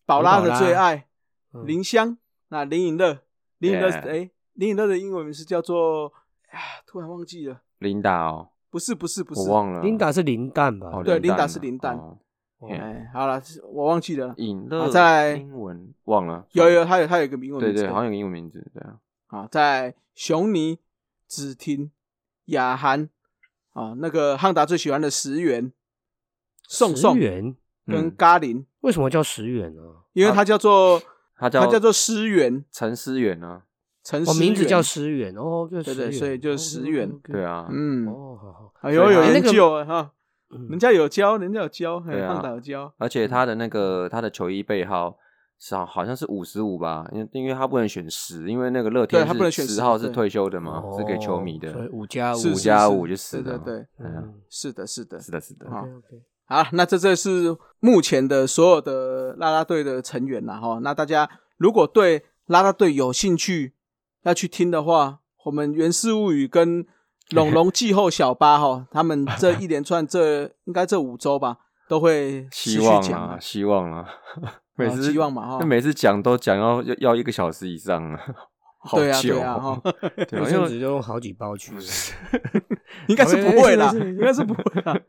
[SPEAKER 5] 宝拉的最爱
[SPEAKER 4] 嗯
[SPEAKER 5] 林香，那林颖乐，林颖乐
[SPEAKER 6] Yeah
[SPEAKER 5] 哎，林颖乐的英文名是叫做，啊，突然忘记了，
[SPEAKER 6] 琳达哦，
[SPEAKER 5] 不是不是不是
[SPEAKER 6] 我，忘了，
[SPEAKER 4] 琳达嗯是林蛋吧？
[SPEAKER 6] 哦，
[SPEAKER 5] 对琳达
[SPEAKER 6] 啊
[SPEAKER 5] 是琳达
[SPEAKER 6] 哦
[SPEAKER 5] 哎，好了，我忘记了啦。
[SPEAKER 6] 尹
[SPEAKER 5] 好
[SPEAKER 6] 乐，
[SPEAKER 5] 再来
[SPEAKER 6] 英文忘了，
[SPEAKER 5] 啊有有，他有他有一个英文
[SPEAKER 6] 对
[SPEAKER 5] 名字
[SPEAKER 6] 对，
[SPEAKER 5] 的
[SPEAKER 6] 好像有个英文名字，对啊，
[SPEAKER 5] 啊，在熊尼、子婷、雅涵啊，那个汉达最喜欢的石原、宋
[SPEAKER 4] 十
[SPEAKER 5] 宋
[SPEAKER 4] 元？
[SPEAKER 5] 跟
[SPEAKER 6] 嗯啊
[SPEAKER 5] 咖林，
[SPEAKER 4] 为什么叫十元啊呢？
[SPEAKER 5] 因为他叫做
[SPEAKER 6] 他叫
[SPEAKER 5] 他叫做思源，
[SPEAKER 6] 陈思远啊，
[SPEAKER 5] 陈
[SPEAKER 4] 哦，
[SPEAKER 5] 思
[SPEAKER 4] 名字
[SPEAKER 5] 源
[SPEAKER 4] 叫十元哦，就
[SPEAKER 5] 对对所以就是十元
[SPEAKER 4] 元。
[SPEAKER 6] 对，啊，
[SPEAKER 5] 嗯，
[SPEAKER 4] 哦，好好，
[SPEAKER 5] 哎呦
[SPEAKER 6] 对
[SPEAKER 5] 有
[SPEAKER 6] 啊
[SPEAKER 5] 研
[SPEAKER 4] 那个
[SPEAKER 5] 究啊哈，
[SPEAKER 4] 嗯
[SPEAKER 5] 人家有教，人家有教，嘿
[SPEAKER 6] 对啊
[SPEAKER 5] 汉达有教，
[SPEAKER 6] 而且他的
[SPEAKER 5] 嗯
[SPEAKER 6] 那个他的球衣背号是好好像是五十五吧，因为因为他不能选十，因为那个乐天
[SPEAKER 5] 对他不能选
[SPEAKER 6] 十
[SPEAKER 5] 10
[SPEAKER 6] 号是
[SPEAKER 5] 对
[SPEAKER 6] 退休的嘛，是给球迷
[SPEAKER 4] 哦所以
[SPEAKER 6] 的，
[SPEAKER 4] 五加五
[SPEAKER 5] 是
[SPEAKER 6] 五
[SPEAKER 5] 是
[SPEAKER 6] 加
[SPEAKER 5] 是
[SPEAKER 6] 五就十
[SPEAKER 5] 对对
[SPEAKER 6] 了，
[SPEAKER 5] 对，
[SPEAKER 6] 哎呀，
[SPEAKER 4] 嗯
[SPEAKER 5] 是的，是的，
[SPEAKER 6] 是的，是的，
[SPEAKER 5] 好
[SPEAKER 4] ，OK，OK
[SPEAKER 5] 好，那这这是目前的所有的啦啦队的成员啦哈。那大家如果对啦啦队有兴趣要去听的话，我们《源氏物语》 跟《龙龙季后小巴》哈，他们这一连串这应该这五周吧，都会
[SPEAKER 6] 希
[SPEAKER 5] 持
[SPEAKER 6] 望
[SPEAKER 5] 续讲
[SPEAKER 6] 啊，
[SPEAKER 5] 啊。哦
[SPEAKER 6] 希望啊， 每次
[SPEAKER 5] 希望嘛哈
[SPEAKER 6] 那每次讲都讲要要要一个小时以上啊， 好
[SPEAKER 5] 对啊，
[SPEAKER 6] 久
[SPEAKER 5] 对啊，哈
[SPEAKER 6] 哦，，对
[SPEAKER 4] 卫
[SPEAKER 6] 啊，
[SPEAKER 4] 生
[SPEAKER 6] 因
[SPEAKER 4] 纸
[SPEAKER 6] 为
[SPEAKER 4] 就用好几包去。
[SPEAKER 5] 应该是不会啦，
[SPEAKER 4] 没事没事没事
[SPEAKER 5] 应该是不啊会 啦。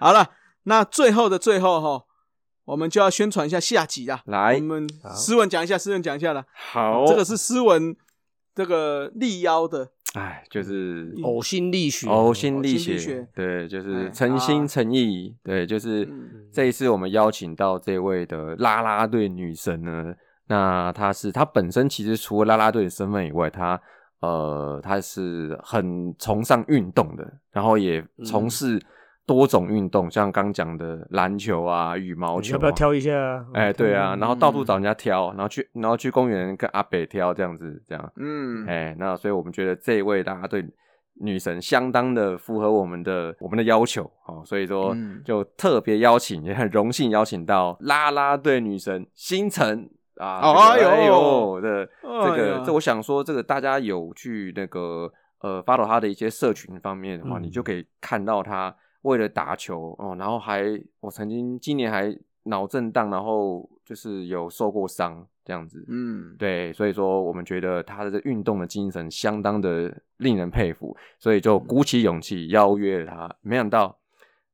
[SPEAKER 5] 好了，那最后的最后哈，我们就要宣传一下下集啦。
[SPEAKER 6] 来
[SPEAKER 5] 我们斯文讲一下，斯文讲一下啦。
[SPEAKER 6] 好
[SPEAKER 5] 这个是斯文这个力邀的，
[SPEAKER 6] 哎，就是
[SPEAKER 4] 呕心沥血，
[SPEAKER 5] 啊
[SPEAKER 6] 呕哦心
[SPEAKER 5] 呕
[SPEAKER 6] 沥
[SPEAKER 5] 心沥血
[SPEAKER 6] 血，对，就
[SPEAKER 5] 哎
[SPEAKER 6] 是诚
[SPEAKER 5] 啊
[SPEAKER 6] 心诚意，对，就是
[SPEAKER 5] 嗯
[SPEAKER 6] 这一次我们邀请到这位的啦啦队女神呢，那她是她本身其实除了啦啦队的身份以外，她呃她是很崇尚运动的，然后也
[SPEAKER 5] 嗯
[SPEAKER 6] 从事多种运动，像刚讲的篮球啊、羽
[SPEAKER 5] 哎
[SPEAKER 6] 毛
[SPEAKER 4] 你
[SPEAKER 6] 球、啊，
[SPEAKER 4] 要不要挑一下啊？
[SPEAKER 6] 哎、对啊，然后
[SPEAKER 5] 嗯
[SPEAKER 6] 到处找人家挑，然后去，然后去公园跟阿北挑，这样子，这样，
[SPEAKER 5] 嗯，
[SPEAKER 6] 哎、那所以我们觉得这一位大家对女神相当的符合我们的我们的要求哦，所以说
[SPEAKER 5] 嗯
[SPEAKER 6] 就特别邀请，也很荣幸邀请到啦啦队女神星辰啊，
[SPEAKER 5] 哦
[SPEAKER 6] 这个
[SPEAKER 5] 哎
[SPEAKER 6] 哎
[SPEAKER 5] 呦
[SPEAKER 6] 呦，这
[SPEAKER 5] 哎
[SPEAKER 6] 这
[SPEAKER 5] 呀
[SPEAKER 6] 个这我想说，这个大家有去那个。呃 follow 他的一些社群方面的话，
[SPEAKER 2] 嗯
[SPEAKER 6] 你就可以看到他为了打球哦，然后还我曾经今年还脑震荡，然后就是有受过伤这样子。
[SPEAKER 5] 嗯，
[SPEAKER 6] 对，所以说我们觉得他的运动的精神相当的令人佩服，所以就鼓起勇气邀约了他。没想到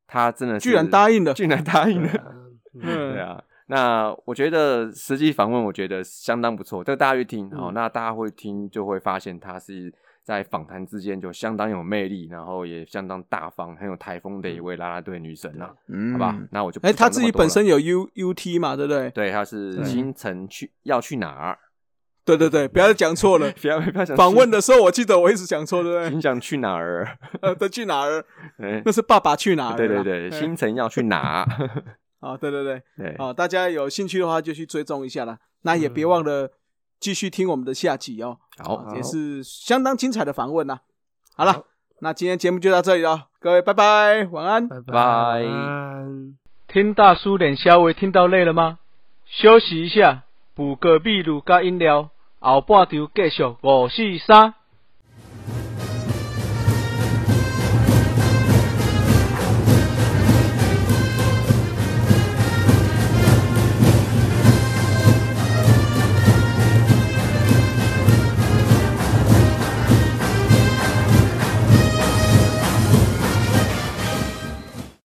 [SPEAKER 6] 他真的是
[SPEAKER 5] 居然答 应了
[SPEAKER 6] 居然答应
[SPEAKER 4] 对
[SPEAKER 6] 了。
[SPEAKER 4] 啊
[SPEAKER 5] 嗯
[SPEAKER 6] 对啊，那我觉得实际访问，我觉得相当不错。这个大家去听哦，
[SPEAKER 5] 嗯
[SPEAKER 6] 那大家会听就会发现他是在访谈之间就相当有魅力，然后也相当大方，很有台风的一位啦啦队女神啊，
[SPEAKER 5] 嗯，
[SPEAKER 6] 好吧？那我就不
[SPEAKER 5] 哎，他
[SPEAKER 6] 讲
[SPEAKER 5] 自
[SPEAKER 6] 那么
[SPEAKER 5] 己
[SPEAKER 6] 多
[SPEAKER 5] 本
[SPEAKER 6] 了
[SPEAKER 5] 身有 U U T 嘛，对不对？
[SPEAKER 6] 对，他是新城去要去哪儿？。
[SPEAKER 5] 对对对， 不要再讲错了
[SPEAKER 6] 嗯 不要不要想
[SPEAKER 5] 访问
[SPEAKER 6] 的，
[SPEAKER 5] 的时候，我记得我一直讲错，对不对？
[SPEAKER 6] 请讲去哪儿？
[SPEAKER 5] 呃，的去哪儿？
[SPEAKER 6] 哎
[SPEAKER 5] 那是爸爸去哪儿啦？哎
[SPEAKER 6] 对对对，新城要去哪儿？
[SPEAKER 5] 啊，对对对，
[SPEAKER 6] 对，
[SPEAKER 5] 啊，大家有兴趣的话就去追踪一下啦。那也别忘了继续听我们的下集哦，
[SPEAKER 6] 好，
[SPEAKER 5] 也是相当精彩的访问呐。好了，那今天节目就到这里了，各位拜拜，晚安。
[SPEAKER 2] 拜
[SPEAKER 6] 拜
[SPEAKER 2] 晚安
[SPEAKER 5] 听大叔脸稍微听到累了吗？休息一下，补个秘鲁加饮料，后半场继续五四三。